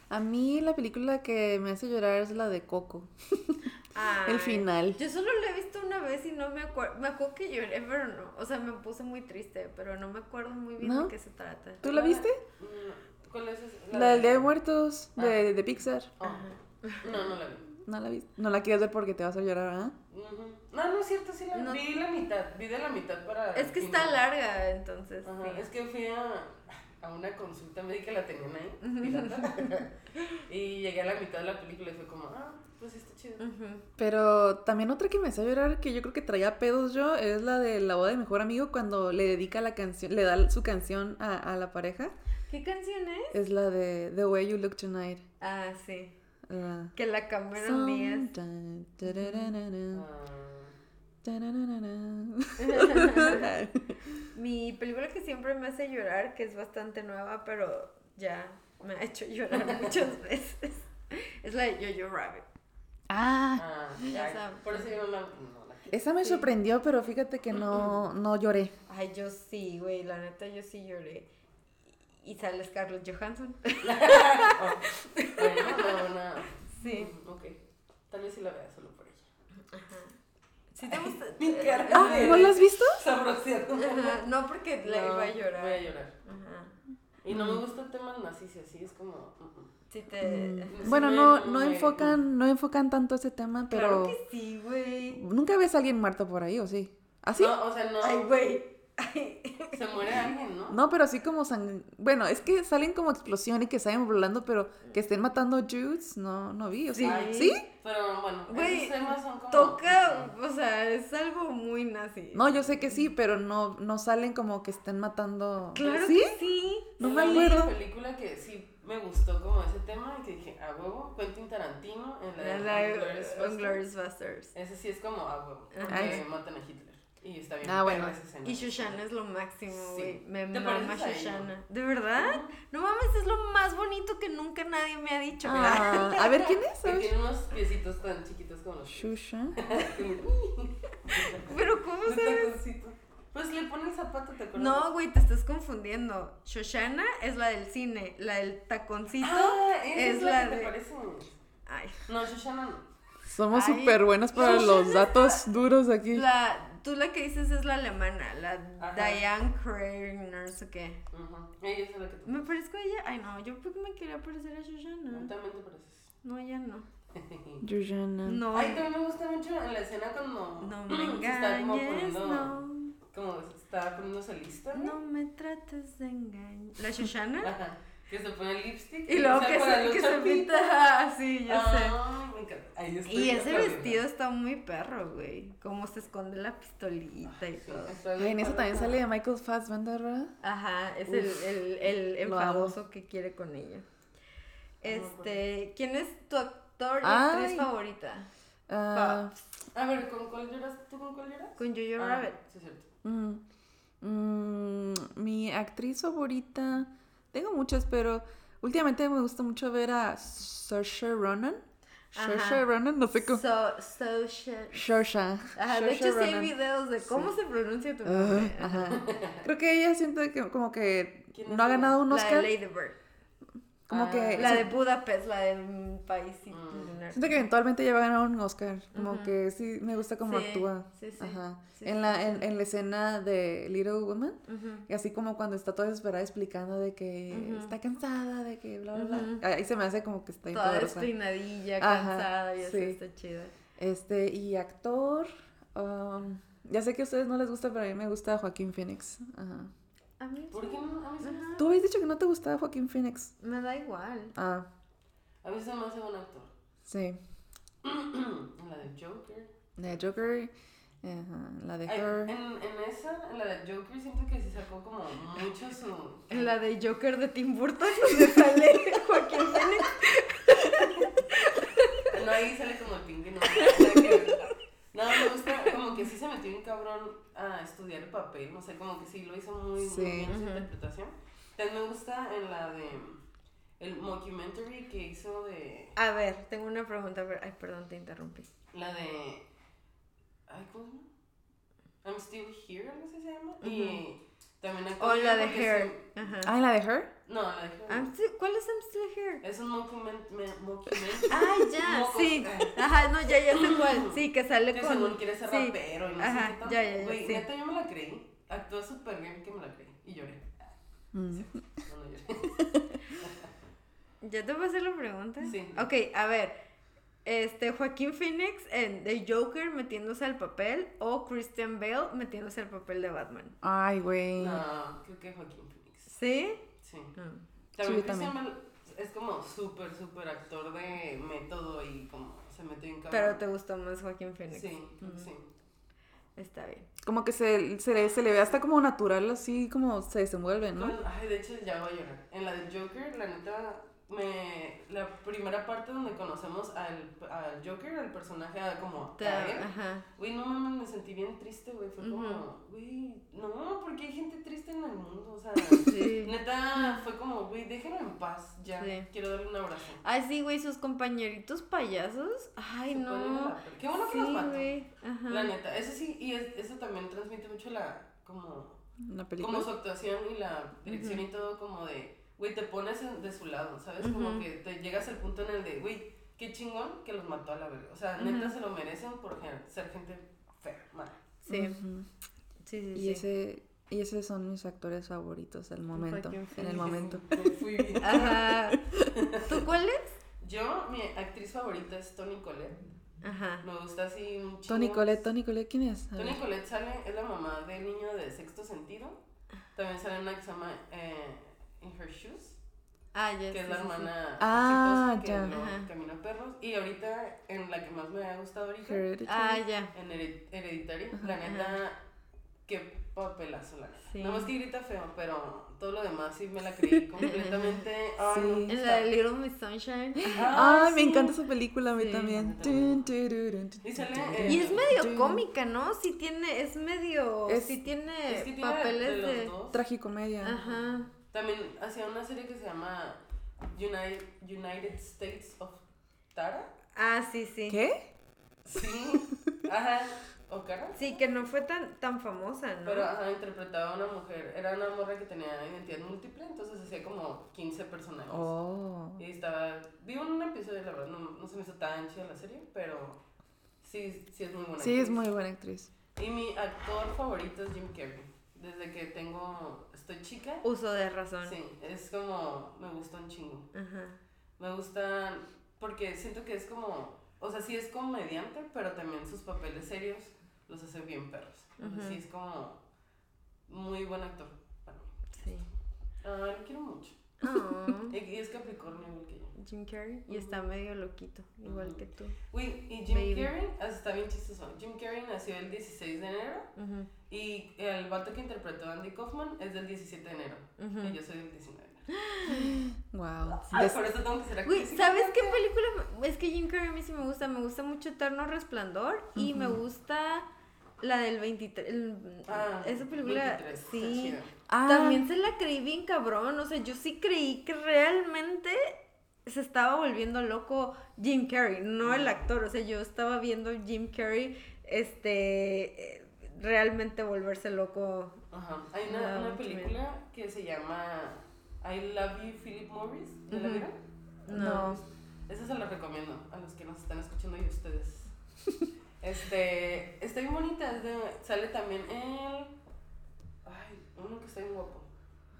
A mí la película que me hace llorar es la de Coco.
Ay,
El final.
Yo solo la he visto una vez y no me acuerdo. Me acuerdo que lloré, pero no. O sea, me puse muy triste, pero no me acuerdo muy bien
¿No?
de qué se trata.
¿Tú la viste?
Mm, ¿Cuál es esa?
La del Día de Muertos de, de Pixar.
Oh. No, no la vi.
No la viste. No la quieres ver porque te vas a llorar, ¿verdad?
Ujú. Ah, No, no es cierto, sí la
No.
vi la mitad, vi de la mitad para...
Es que
el
está
final.
larga, entonces.
Ajá,
sí.
Es que fui a, a una consulta médica, la tenían ahí, pirata. y llegué a la mitad de la película y fue como, ah, pues sí está chido.
Ujú.
Pero también otra que me hace llorar, que yo creo que traía pedos yo, es la de la boda de mejor amigo cuando le dedica la canción, le da su canción a, a la pareja.
¿Qué canción es?
Es la de The Way You Look Tonight.
Ah, sí.
La-
Que la cámara mía es-
Sometime, tarararara,
Ah,
tarararara.
Mi película que siempre me hace llorar, que es bastante nueva, pero ya me ha hecho llorar muchas veces, es la de Jojo Rabbit.
Ah,
ah,
Ya
ay,
sabes.
Por eso yo no la... No la
esa me
Sí.
sorprendió, pero fíjate que no, no lloré.
Ay, yo sí, güey, la neta, yo sí lloré. Y sale Scarlett Johansson.
Oh, bueno, no, no.
Sí.
Mm, Ok, tal vez sí la vea solo por ella.
¿Sí te gusta?
Mi cara
Ah,
de-
¿no la has visto?
Sabroseando.
Ajá, No, porque la
No,
iba a llorar. Mm.
Voy a llorar.
Ajá.
Y no me gustan temas nazis, así es como... mm, mm.
Sí te...
Mm.
Bueno,
Sí,
no,
no,
no
me-
enfocan, no enfocan tanto ese tema,
Claro
pero
que sí, güey.
nunca ves a alguien muerto por ahí, ¿o sí? ¿Así?
No, o sea, no.
Ay, güey. Ay.
Se muere alguien, ¿no?
No, pero así como sang... Bueno, es que salen como explosiones que salen volando, pero que estén matando Judes, no, no vi, o sea,
Sí.
¿sí?
Pero bueno,
Güey,
esos temas son como.
Toca, o sea, es algo muy nazi.
No, yo sé que sí, pero no, no salen como que estén matando...
Claro
¿Sí?
que sí.
No
Es
me
la única
acuerdo.
película que sí me gustó como ese tema y que dije, a huevo, Quentin Tarantino en la de Inglourious Basterds.
Glorious Busters.
Ese sí es como a huevo,
Ajá.
porque matan a Hitler. Y está bien.
Ah,
perra
bueno.
esa escena.
Y Shoshana es lo máximo,
Sí.
güey. Me
¿Te
mama
pareces a ella?
Shoshana. ¿De verdad? No mames, es lo más bonito que nunca nadie me ha dicho.
Ah, a ver, ¿quién es? A
Que
ver.
tiene unos piecitos tan chiquitos como los.
Shusha.
Pero ¿cómo
Un
sabes?
taconcito. Pues le pone el zapato, ¿te acuerdas? Ah,
No, güey, te estás confundiendo. Shoshana es la del cine, la del taconcito.
Ah, esa es,
es
la,
la
que te
de-
parece.
Ay.
No, Shoshana no.
Somos
Ay,
súper buenas para
Shusha
los
es
datos duros aquí.
La, tú la que dices es la alemana, la
Ajá.
Diane Craig, no sé qué.
Ajá. Ella es la que te
¿Me parezco a ella? Ay, no, yo porque me quería parecer a Shoshana.
También te pareces.
No, ella no.
Yushana.
No.
Ay, también me gusta mucho en la escena cuando
No me
se está como
engañes,
poniendo,
no.
como se está poniendo solista.
No me trates de engañar. ¿La Shoshana?
Ajá. Que se pone el lipstick.
y luego
usa
que
para Ah,
se, que
luchar
se
pin-
pinta así, ya sé.
Ay, me encanta. Ahí estoy
Y ese
aplaudiendo.
vestido está muy perro, güey. Cómo se esconde la pistolita y
Sí,
todo.
está bien
Ay, Mm, en eso también
padre.
sale Michael Fassbender, ¿verdad?
Ajá, es el,
Uf,
el, el
lo amo.
enfadoso que quiere con ella. Este, ¿quién es tu actor y
Ay.
actriz favorita?
Ah,
A ver, ¿con cuál lloras? ¿Tú con cuál lloras?
Con Jojo
Ah,
Rabbit.
Sí, es cierto.
mm, mm, mi actriz favorita. Tengo muchas, pero últimamente me gusta mucho ver a Saoirse Ronan.
Ajá.
Saoirse Ronan, no sé cómo.
So, so shit.
Saoirse.
Ajá, de
Saoirse
hecho sí hay
Ronan.
videos de cómo se pronuncia tu
Ah,
nombre.
ajá. Creo que ella siente que como que
¿Quién es
no ha
ella?
ganado un
La de
Oscar.
Lady Bird.
Como
Ah.
que
La de Budapest, la de un país y- lunar.
Siento que eventualmente ya va a ganar un Oscar. Como que sí, me gusta cómo
Sí,
actúa.
sí, sí.
Ajá.
Sí, sí,
en, la, en, en la escena de Little Woman,
Ujú.
y así como cuando está toda desesperada explicando de que está cansada, de que bla, bla,
Ujú.
bla. Ahí se me hace como que está bien
Toda
poderosa.
despeinadilla,
Ajá,
cansada y así,
sí.
está chida.
Este, y actor. um, ya sé que a ustedes no les gusta, pero a mí me gusta Joaquín Phoenix. Ajá.
A mí
¿Por
sí,
qué no? A mí se me hace-
Tú habías dicho que no te gustaba Joaquín Phoenix.
me da igual.
Ah,
A mí se me hace un actor.
sí.
la de Joker.
La de Joker. ajá, La de
Ay, en,
Her.
en esa, en la de Joker, siento que sí sacó como mucho su.
En la de Joker de Tim Burton, donde sale Joaquín Phoenix.
No, ahí sale como el pingüino. no. nada que ver. No, me gusta, como que sí se metió un cabrón a estudiar el papel, no sé, como que sí lo hizo muy,
Sí.
muy bien su
Ujú.
interpretación. También me gusta en la de. el mockumentary que hizo de
A ver, tengo una pregunta. pero- Ay, perdón, te interrumpí.
la de ay, ¿cómo se llama? I'm still here, algo así se llama. Y también
O Oh, la de Ah.
porque
Hair. Ajá.
Ah, ¿la de Her?
sí- No, la de Hair. no.
I'm still- ¿Cuál es I'm still here?
Es un mockument- me- mockumentary.
Ah, ya,
Mocos.
sí. eh. Ajá, no, ya, ya sé cuál. Sí, que sale
Que
con.
según quiere ser
sí.
rapero y no
Ajá,
sé qué tal.
ya, ya, ya,
Güey,
sí.
neta, yo me la creí. Actuó súper bien que me la creí. Y lloré.
Mm.
Sí, No, no lloré.
¿Ya te voy a hacer la pregunta?
Sí.
Ok, a ver. Este, Joaquín Phoenix en The Joker metiéndose al papel o Christian Bale metiéndose al papel de Batman.
Ay, güey.
No, creo que Joaquín Phoenix.
¿Sí?
Sí.
No.
También
yo
Christian Bale es como súper, súper actor de método y como se mete en
Ah, Pero
cabrón.
te gustó más Joaquín Phoenix.
Sí, creo que sí.
Está bien.
Como que se, se, le, se le ve hasta como natural, así como se desenvuelve, ¿no?
Con- Pues, Ay, de hecho ya voy a llorar. En la del Joker, la neta, me, la primera parte donde conocemos al, al Joker, al personaje, a como
Te-
a él,
ajá.
Güey, no mames, me sentí bien triste, güey. Fue como, güey, no, porque hay gente triste en el mundo, o sea.
Sí.
Neta, fue como, güey, déjenlo en paz, ya.
Sí.
Quiero darle un abrazo.
Ay, sí, güey, sus compañeritos payasos. Ay,
Se ponen a
no.
la- Qué bueno que
Sí,
los mató.
güey. Ajá.
La neta, eso sí, y es- eso también transmite mucho la, como,
Una película.
como su actuación y la dirección y todo, como de, güey, te pones en- de su lado, ¿sabes? Como que te llegas al punto en el de, güey, qué chingón que los mató a la verga. O sea, neta, se lo merecen por gen- ser gente fea, mala.
Sí. Sí, sí, sí.
Y ese y esos son mis actores favoritos del momento,
Joaquín
en
Phoenix.
el momento.
Fui bien.
Ajá. ¿Tú cuál es?
Yo, mi actriz favorita es Toni Collette.
Ajá.
Me gusta así un chingo.
Tony Colette, Tony Colette, ¿quién es? A ver.
Toni Collette sale, es la mamá del niño de sexto sentido.
Ah.
También sale una que se llama eh, In Her Shoes,
Ah, ya sí,
que es la
sí, sí.
hermana
Ah,
exitosa
ya.
que no
Ajá.
camina perros. Y ahorita, en la que más me ha gustado ahorita,
Hereditary.
Ah, ya.
en Hered- Hereditary, la neta, qué papelazo la neta.
Sí.
Nada más que grita feo, pero todo lo demás sí me la creí completamente. Ay, no,
Sí.
En la de Little Miss Sunshine.
Ay, me
sí.
encanta esa película, a mí
Sí.
también.
Tun,
Y
Y sale, eh,
Y es medio
Sí.
cómica, ¿no? Sí tiene, es medio,
Es-
sí tiene
Es que tiene
papeles
de
de...
los dos.
Tragicomedia.
Ajá.
También hacía una serie que se llama United, United States of Tara.
Ah, sí, sí.
¿Qué?
Sí. Ajá. O Cara.
Sí, que no fue tan, tan famosa, ¿no?
Pero ajá, interpretaba a una mujer. Era una morra que tenía identidad múltiple, entonces hacía como 15 personajes.
Oh.
Y estaba. Vi un episodio, la verdad, no, no se me hizo tan chida la serie, pero sí, sí es muy buena.
Sí, es
actriz.
muy buena actriz.
Y mi actor favorito es Jim Carrey. Desde que tengo. Estoy chica.
Uso de razón.
Sí, es como. Me gusta un chingo.
Ajá.
Me gustan porque siento que es como, o sea, sí es comediante, pero también sus papeles serios los hace bien perros. O sea, sí es como muy buen actor para mí.
Sí.
Ah, lo quiero mucho.
Ah,
Y, y es Capricornio igual que yo.
Jim Carrey. Y está medio loquito, igual que tú.
Uy, y Jim
Baby.
Carrey, ah, está bien chistoso. Jim Carrey nació el 16 de enero
Ujú.
y el vato que interpretó a Andy Kaufman es del 17 de enero. Y yo soy del 19 de enero.
Wow.
Ay, por eso tengo que ser
Güey,
actriz.
¿sabes qué película? me- Es que Jim Carrey a mí sí me gusta. Me gusta mucho Eterno Resplandor y me gusta la del 23. el-
Ah,
esa película,
23, está
sí.
chida.
Ah.
También se la creí bien cabrón. O sea, yo sí creí que realmente se estaba volviendo loco Jim Carrey, no el actor. O sea, yo estaba viendo a Jim Carrey este, eh, realmente volverse loco.
Ajá. Hay una,
No,
una
qué bien.
película que se llama I Love You, Philip Morris. ¿Ya la
Ujú.
vieron?
No.
Esa se la recomiendo a los que nos están escuchando y ustedes. Este, está bien bonita. es de- sale también el. Ay, uno que está bien guapo.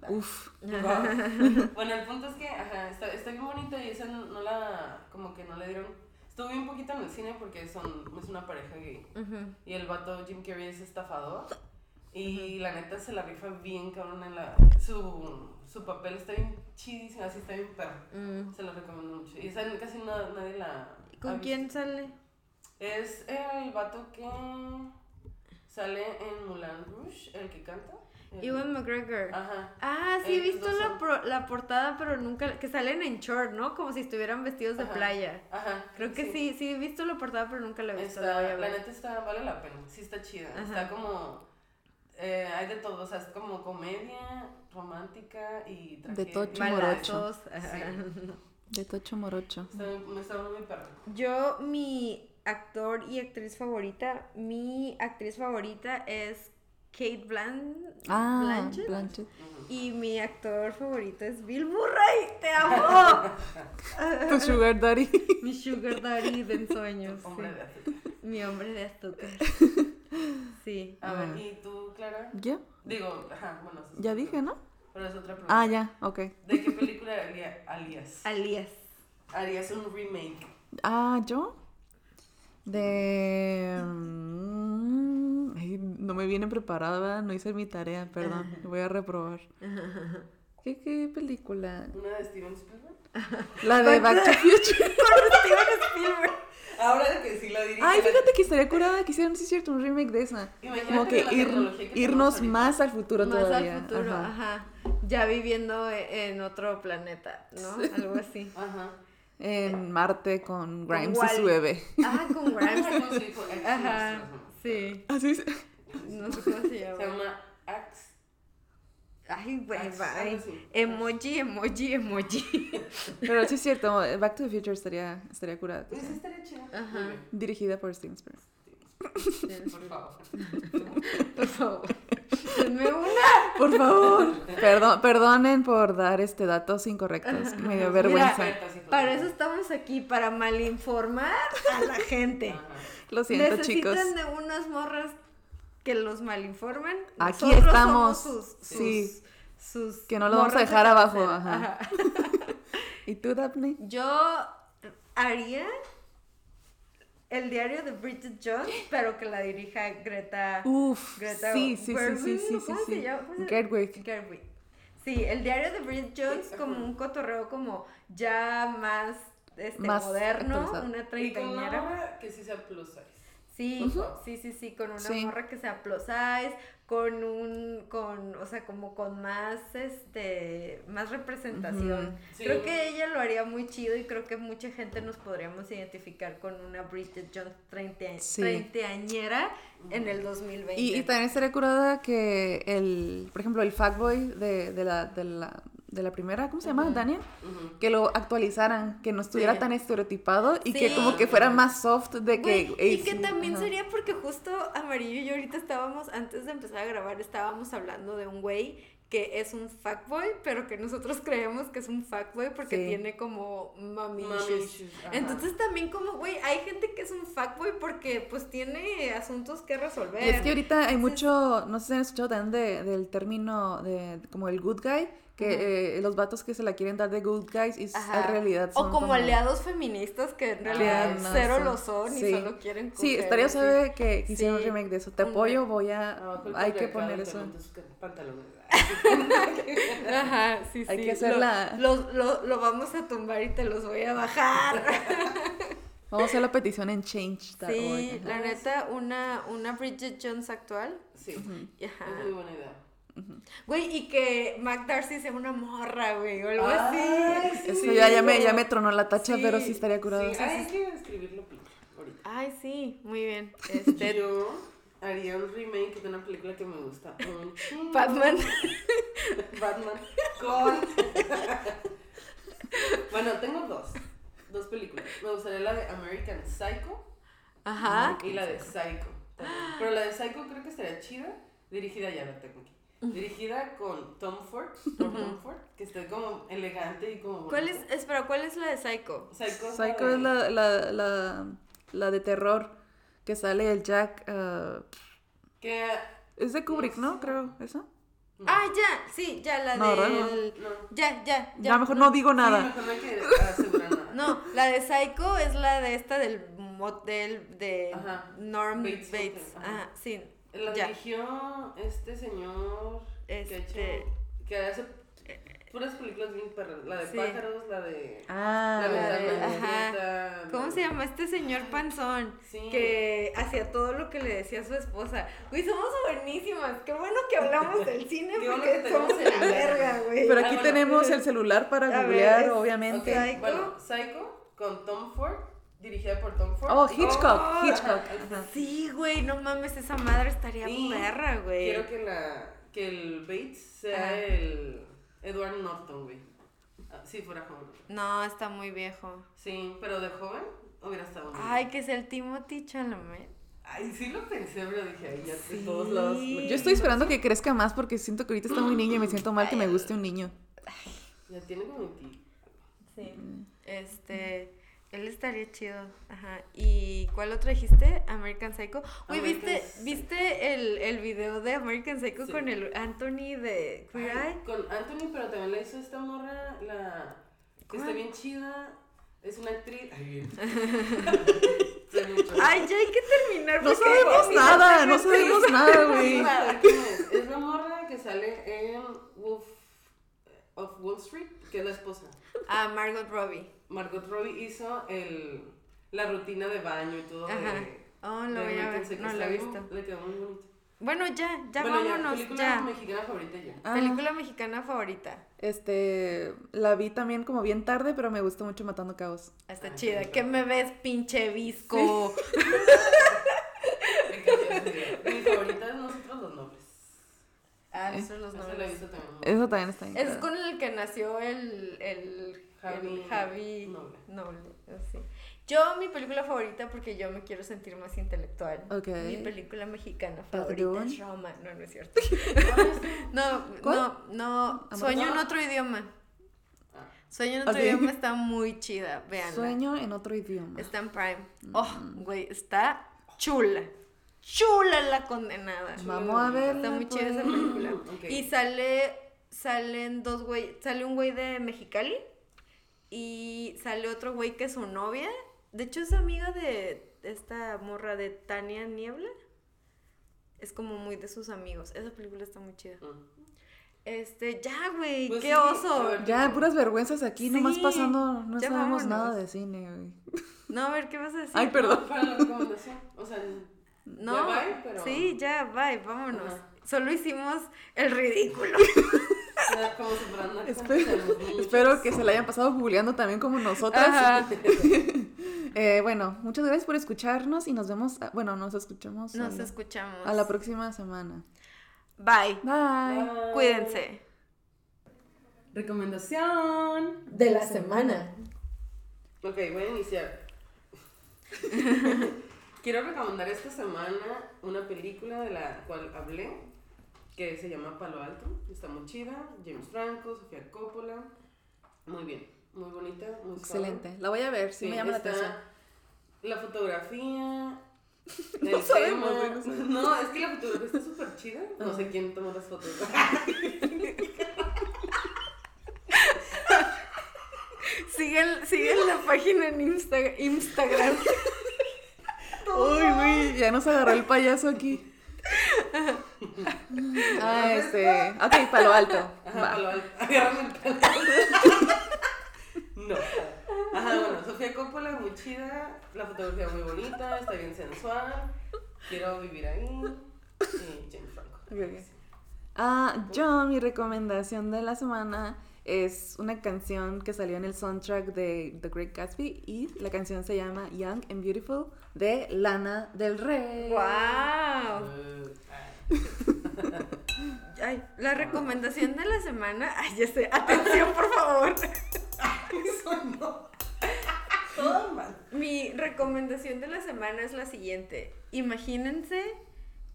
Uf.
Bueno, el punto es que, ajá, está, está bien bonita y esa no, no la. Como que no le dieron. Estuvo bien poquito en el cine porque son, es una pareja gay.
Ujú.
Y el vato Jim Carrey es estafador. Y la neta se la rifa bien, cabrón. En la, su, su papel está bien chidísimo, así está bien perro.
Mm.
Se lo recomiendo mucho. Y esa casi na- nadie la. ha
¿Con
visto.
quién sale?
Es el vato que sale en Moulin Rouge, el que canta. El-
Ewan McGregor.
Ajá.
Ah, sí, he
Ellos
visto
dos
la,
son-
pro- la portada, pero nunca... Que salen en short, ¿no? Como si estuvieran vestidos de
Ajá.
playa.
Ajá.
Creo que sí. sí, he visto la portada, pero nunca la he visto. la
Está,
voy a
la
ver.
neta está, vale la pena. Sí está chida.
Ajá.
Está como. eh, hay de todo, o sea, es como comedia romántica y
De todo
tragedia.
chimorocho.
Balazos. ajá.
De Tocho Morocho.
Está, muy- está muy perro.
Yo, mi actor y actriz favorita, mi actriz favorita es Kate Blan-
Ah,
Blanchett.
Blanchett.
Y mi actor favorito es Bill Murray. ¡Te amo!
Tu sugar daddy.
mi sugar daddy de ensueños. sí.
Hombre de azúcar.
Mi hombre de azúcar. Sí.
A ver, ¿y tú, Clara?
¿Ya?
Digo, ajá, bueno. eso es
Ya
otra-
dije, ¿no?
Pero es otra pregunta.
Ah, ya, ok.
¿De qué película haría- harías?
Alias.
Harías un remake.
Ah, ¿yo? De... mm, ay, no me viene preparada, ¿verdad? no hice mi tarea, perdón. Voy a reprobar. ¿Qué, qué película?
¿Una de Steven Spielberg?
La de Back to Future.
Ahora que sí la diría.
Ay, fíjate que estaría curada que hicieran, sí es cierto, un remake de esa.
Imagínate
Como que
con la
ir-
tecnología que
irnos
tenemos
más al futuro
Más
todavía.
al futuro,
ajá.
ajá. Ya viviendo e- en otro planeta, ¿no? Algo así.
Ajá.
En Marte con Grimes y
Wall-E.
su bebé.
Ah, con
¿Cómo
Grimes.
se dijo? Ex-
Ajá. Sí.
Así es.
No sé cómo se
Se
llama.
llama Axe.
Ay,
Pues,
güey,
Axe, algo así.
Emoji, emoji, emoji.
Pero sí es cierto, Back to the Future estaría, estaría curada.
Esa estaría chida.
Ajá.
Muy bien,
Dirigida por Steven Spielberg.
Por favor.
Por favor. Denme una.
Por favor. Perdón, perdonen por dar este datos incorrectos. Me dio vergüenza.
Mira, expertos, hijos
Para
de-
eso estamos aquí, para malinformar a la gente.
Ajá.
Lo siento,
Necesitan
chicos.
de unas morras que los malinforman.
Aquí
Nosotros
estamos.
somos sus-
Sí.
sus- sus
Que no lo vamos a
morras de
dejar abajo,
cabecera.
ajá. ¿Y tú, Daphne?
Yo haría el diario de Bridget Jones, pero que la dirija Greta.
Uf.
Greta
sí, sí, sí,
Gerwig,
sí, sí, sí,
¿cómo se
sí.
llama? ¿Cómo se-
Gerwig.
Gerwig. Sí, el diario de Bridget Jones como un cotorreo como ya más, este,
Más
moderno,
actualizado.
una
Y con una
treintañera.
morra que sí sea plus size.
Sí, sí, sí, sí, con una
Sí.
morra que sea plus size, con un, con, o sea, como con más, este, más representación.
Ujú.
Sí.
Creo que ella lo haría muy chido y creo que mucha gente nos podríamos identificar con una Bridget Jones treinte-
Sí.
treintañera en el 2020.
Y, y también estaría curada que el, por ejemplo, el Fatboy de, de, la, de, la, de la primera, ¿cómo se llama? Daniel.
Ujú.
Que lo actualizaran, que no estuviera
Sí.
tan estereotipado y que
Sí.
como que fuera más soft de que...
Güey,
ey,
y que
sí,
también
ajá.
sería porque justo Amarillo y yo ahorita estábamos, antes de empezar a grabar, estábamos hablando de un güey que es un fuckboy, pero que nosotros creemos que es un fuckboy porque
Sí.
tiene como mami
Mami
issues.
issues, ajá.
Entonces también como, güey, hay gente que es un fuckboy porque pues tiene asuntos que resolver.
Y es que ahorita hay
Entonces-
mucho, no sé si han escuchado también de- del término de como el good guy, que eh, los vatos que se la quieren dar de good guys y s-
Ajá.
en realidad son
o como, aliados feministas que en realidad
Ah, no,
cero
sí.
lo son y
Sí.
solo quieren
Sí,
coger,
estaría
así.
sabe que que
Sí.
hicieron un remake de eso. Te
Un
apoyo, voy a...
Abajo el
hay que
patriarcado
poner
y
eso.
también tus Pantalones.
Ajá, sí,
Hay
sí,
que hacer
lo-
la-
Lo, lo- lo vamos a tumbar y te los voy a bajar.
Vamos a hacer la petición en change.org.
Sí,
ajá.
la neta, una, una Bridget Jones actual.
Sí.
Ajá.
Es muy buena idea.
Güey, y que Mac Darcy sea una morra, güey, o algo
Ay,
así.
Eso
sí.
ya, ya, me, ya me tronó la tacha,
Sí,
pero sí estaría curado.
Sí, hay que escribirlo please, ahorita.
Ay, sí, muy bien. Este,
Yo haría un remake de una película que me gusta. un chingo,
Batman.
Batman con. bueno, tengo dos. Dos películas. Me gustaría la de American Psycho
Ajá.
y la de Psycho. también. Pero la de Psycho creo que estaría chida. Dirigida, ya la tengo aquí. Dirigida con Tom Ford, por Tom Ford, que esté como elegante y como.
¿Cuál es,
bonito.
espera, cuál es la de Psycho?
Psycho,
Psycho es la, la, la, la de terror que sale el Jack... ah,
Que. ah,
es de Kubrick, ¿no? Creo, ¿esa?
Ah, ya, sí, ya la
No, ¿verdad? No.
del...
No.
Ya, ya, ya.
Ya mejor no digo nada.
Sí, mejor no hay que asegurar nada.
No, la de Psycho es la de esta del motel de
Ajá.
Norm
Bates
Bates.
Motel,
Ajá.
ajá.
sí.
La
ya.
dirigió este señor que, ha
Este-
hecho, que hace puras películas bien perras. La de
Sí.
pájaros, la de...
Ah,
la de
la
la
de-
Cenicienta, la
¿Cómo
de-
se llama este señor panzón?
Sí.
Que hacía todo lo que le decía a su esposa. Güey, somos buenísimas. Qué bueno que hablamos del cine
Qué bueno
porque
que tenemos
somos la
el-
verga, güey.
Pero aquí
Ah, bueno.
tenemos el celular para
A ver,
googlear,
es-
obviamente.
Ok, Bueno, Psycho con Tom Ford dirigida por Tom Ford.
Oh, Hitchcock,
¡Oh!
Hitchcock.
Sí, güey, no mames, esa madre estaría
Y
perra, güey.
Quiero que, la, que el Bates sea
Eh, Ajá.
el Edward Norton, güey. Ah, Sí, fuera joven.
No, está muy viejo.
Sí, pero de joven hubiera estado muy
Ay, que es el Timothy Chalamet.
Ay, sí lo pensé, pero dije, ay, ya
Sí.
de todos lados.
Yo estoy esperando que crezca más porque siento que ahorita está muy niña y me siento mal que me guste un niño.
Ya tiene como 20.
Sí. Este, él estaría chido. Ajá. ¿Y cuál otro dijiste? American Psycho. Uy,
American
¿viste,
Psycho.
¿viste el, el video de American Psycho
Sí.
con el Anthony de Queer
Ay,
Eye?
Con Anthony, pero también la hizo esta morra, la. que está
¿Cuál?
bien chida. Es una actriz. Ay, bien. Soy mucho.
Ay, ya hay que terminar.
No
porque-
sabemos nada, no sabemos nada, güey.
Ay, ¿quién es? Es la morra que sale en Wolf eh, of Wall Street, que es la esposa.
Ah, Margot Robbie.
Margot Robbie hizo el, la rutina de baño y todo.
Ajá.
De,
Oh, lo
de
voy a
American
ver.
Psycho.
No lo
Está
he
bien,
visto.
Le quedó muy bonito.
Bueno, ya, ya
bueno,
vámonos.
ya. Película
ya.
mexicana favorita ya.
Ah,
Película mexicana favorita.
Este, la vi también como bien tarde, pero me gustó mucho Matando Cabos.
Está
Ah,
chida.
sí,
¿Qué
claro.
me ves, pinche visco?
Me encantó ese video. Mi favorita es Nosotros los Nobles.
Ah, nosotros los
Esa la he
nombres.
visto también. mucho.
Eso también está bien.
Es
padre.
con el que nació el, el
Javi
el Javi
Noble.
Noble, así. Yo, mi película favorita, porque yo me quiero sentir más intelectual.
Ok.
Mi película mexicana
Padrón.
favorita es Roma. No, no es cierto. no,
¿Cuál?
no, no.
Amor.
Sueño en
No.
otro idioma.
Ah.
Sueño en otro
Ok.
idioma está muy chida. Veanla.
Sueño en Mm. otro idioma.
Está en Prime. Oh, güey, está chula. Chula la condenada.
Vamos a verla.
Está muy chida esa
pues.
película.
Ok.
Y sale, salen dos güey, sale un güey de Mexicali y sale otro güey que es su novia. De hecho es amiga de esta morra de Tania Niebla. Es como muy de sus amigos. Esa película está muy chida.
Mm.
Este, ya, güey,
Pues
qué
sí, a
oso.
ver.
Ya, puras vergüenzas aquí, nomás
Sí,
pasando, no
ya
sabemos
vámonos.
nada de cine, güey.
No, a ver, ¿qué vas a decir?
Ay, perdón.
Para la recomendación. O sea,
No,
Ya bye, pero-
sí, ya, bye, vámonos.
Ajá.
Solo hicimos el ridículo.
nada como superando acá,
Espero,
o sea, los niños.
espero que se la hayan pasado googleando también como nosotras.
Ajá.
Eh, bueno, muchas gracias por escucharnos y nos vemos, a- bueno, nos escuchamos a,
Nos
la,
escuchamos.
a la próxima semana.
Bye.
Bye.
Cuídense.
Recomendación.
De la semana.
Ok, voy a iniciar. Quiero recomendar esta semana una película de la cual hablé, que se llama Palo Alto. Está muy chida. James Franco, Sofía Coppola. Muy bien, muy bonita, muy suave.
Excelente. La voy a ver, sí, me llama
está
la atención.
La fotografía. el
No sabemos,
tema.
güey, no sabemos.
No, es que la fotografía está súper chida. No sé quién tomó las fotos.
Sigan, sigan la página en Insta- Instagram.
Uy, güey, ya nos agarró el payaso aquí. Ah, este. Ok, palo alto.
Ajá,
Va.
palo alto. Agárrame el palo. No. Ajá, bueno, Sofía Coppola, muy chida. La fotografía muy bonita, está bien sensual. Quiero vivir ahí. Y James Franco.
Ok, ok. Ah, yo, mi recomendación de la semana es una canción que salió en el soundtrack de The Great Gatsby y la canción se llama Young and Beautiful de Lana del Rey.
¡Wow!
Eh,
Ay, la recomendación de la semana. Ay, ya sé. Atención, por favor.
Eso no. Todo mal.
Mi recomendación de la semana es la siguiente. Imagínense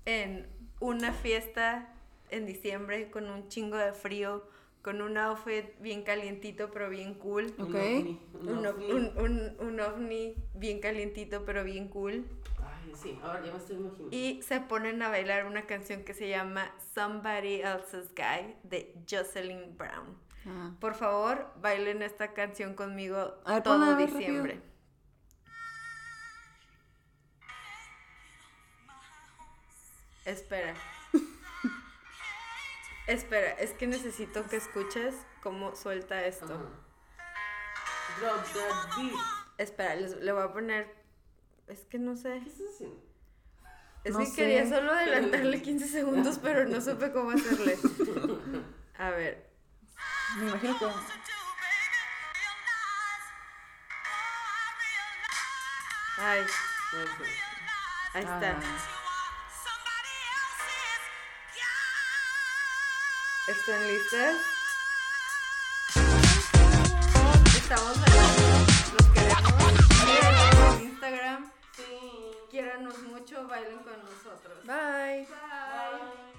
en una fiesta en diciembre con un chingo de frío, con un outfit bien calientito pero bien cool.
Ok.
Un ovni, un
Un,
ovni.
ovni. Un, un- un ovni bien calientito pero bien cool.
Ay, sí, ahora ya me estoy imaginando.
Y se ponen a bailar una canción que se llama Somebody Else's Guy de Jocelyn Brown.
Ah.
Por favor, bailen esta canción conmigo
A ver,
todo
ponla, a ver,
diciembre.
rápido.
Espera. Espera, es que necesito que escuches cómo suelta esto.
Ajá. Drop that beat.
Espera, les, le voy a poner. Es que no sé.
¿Qué estás haciendo?
Es
No
que
sé.
quería solo adelantarle 15 segundos, pero no supe cómo hacerle. A ver.
Me imagino que.
to, baby, realize. Oh, I realize.
Ay, ahí
Ah.
está. ¿Están listas? Estamos bailando, los queremos. Síganos en Instagram,
Sí.
quiéranos mucho, bailen con nosotros.
Bye.
Bye.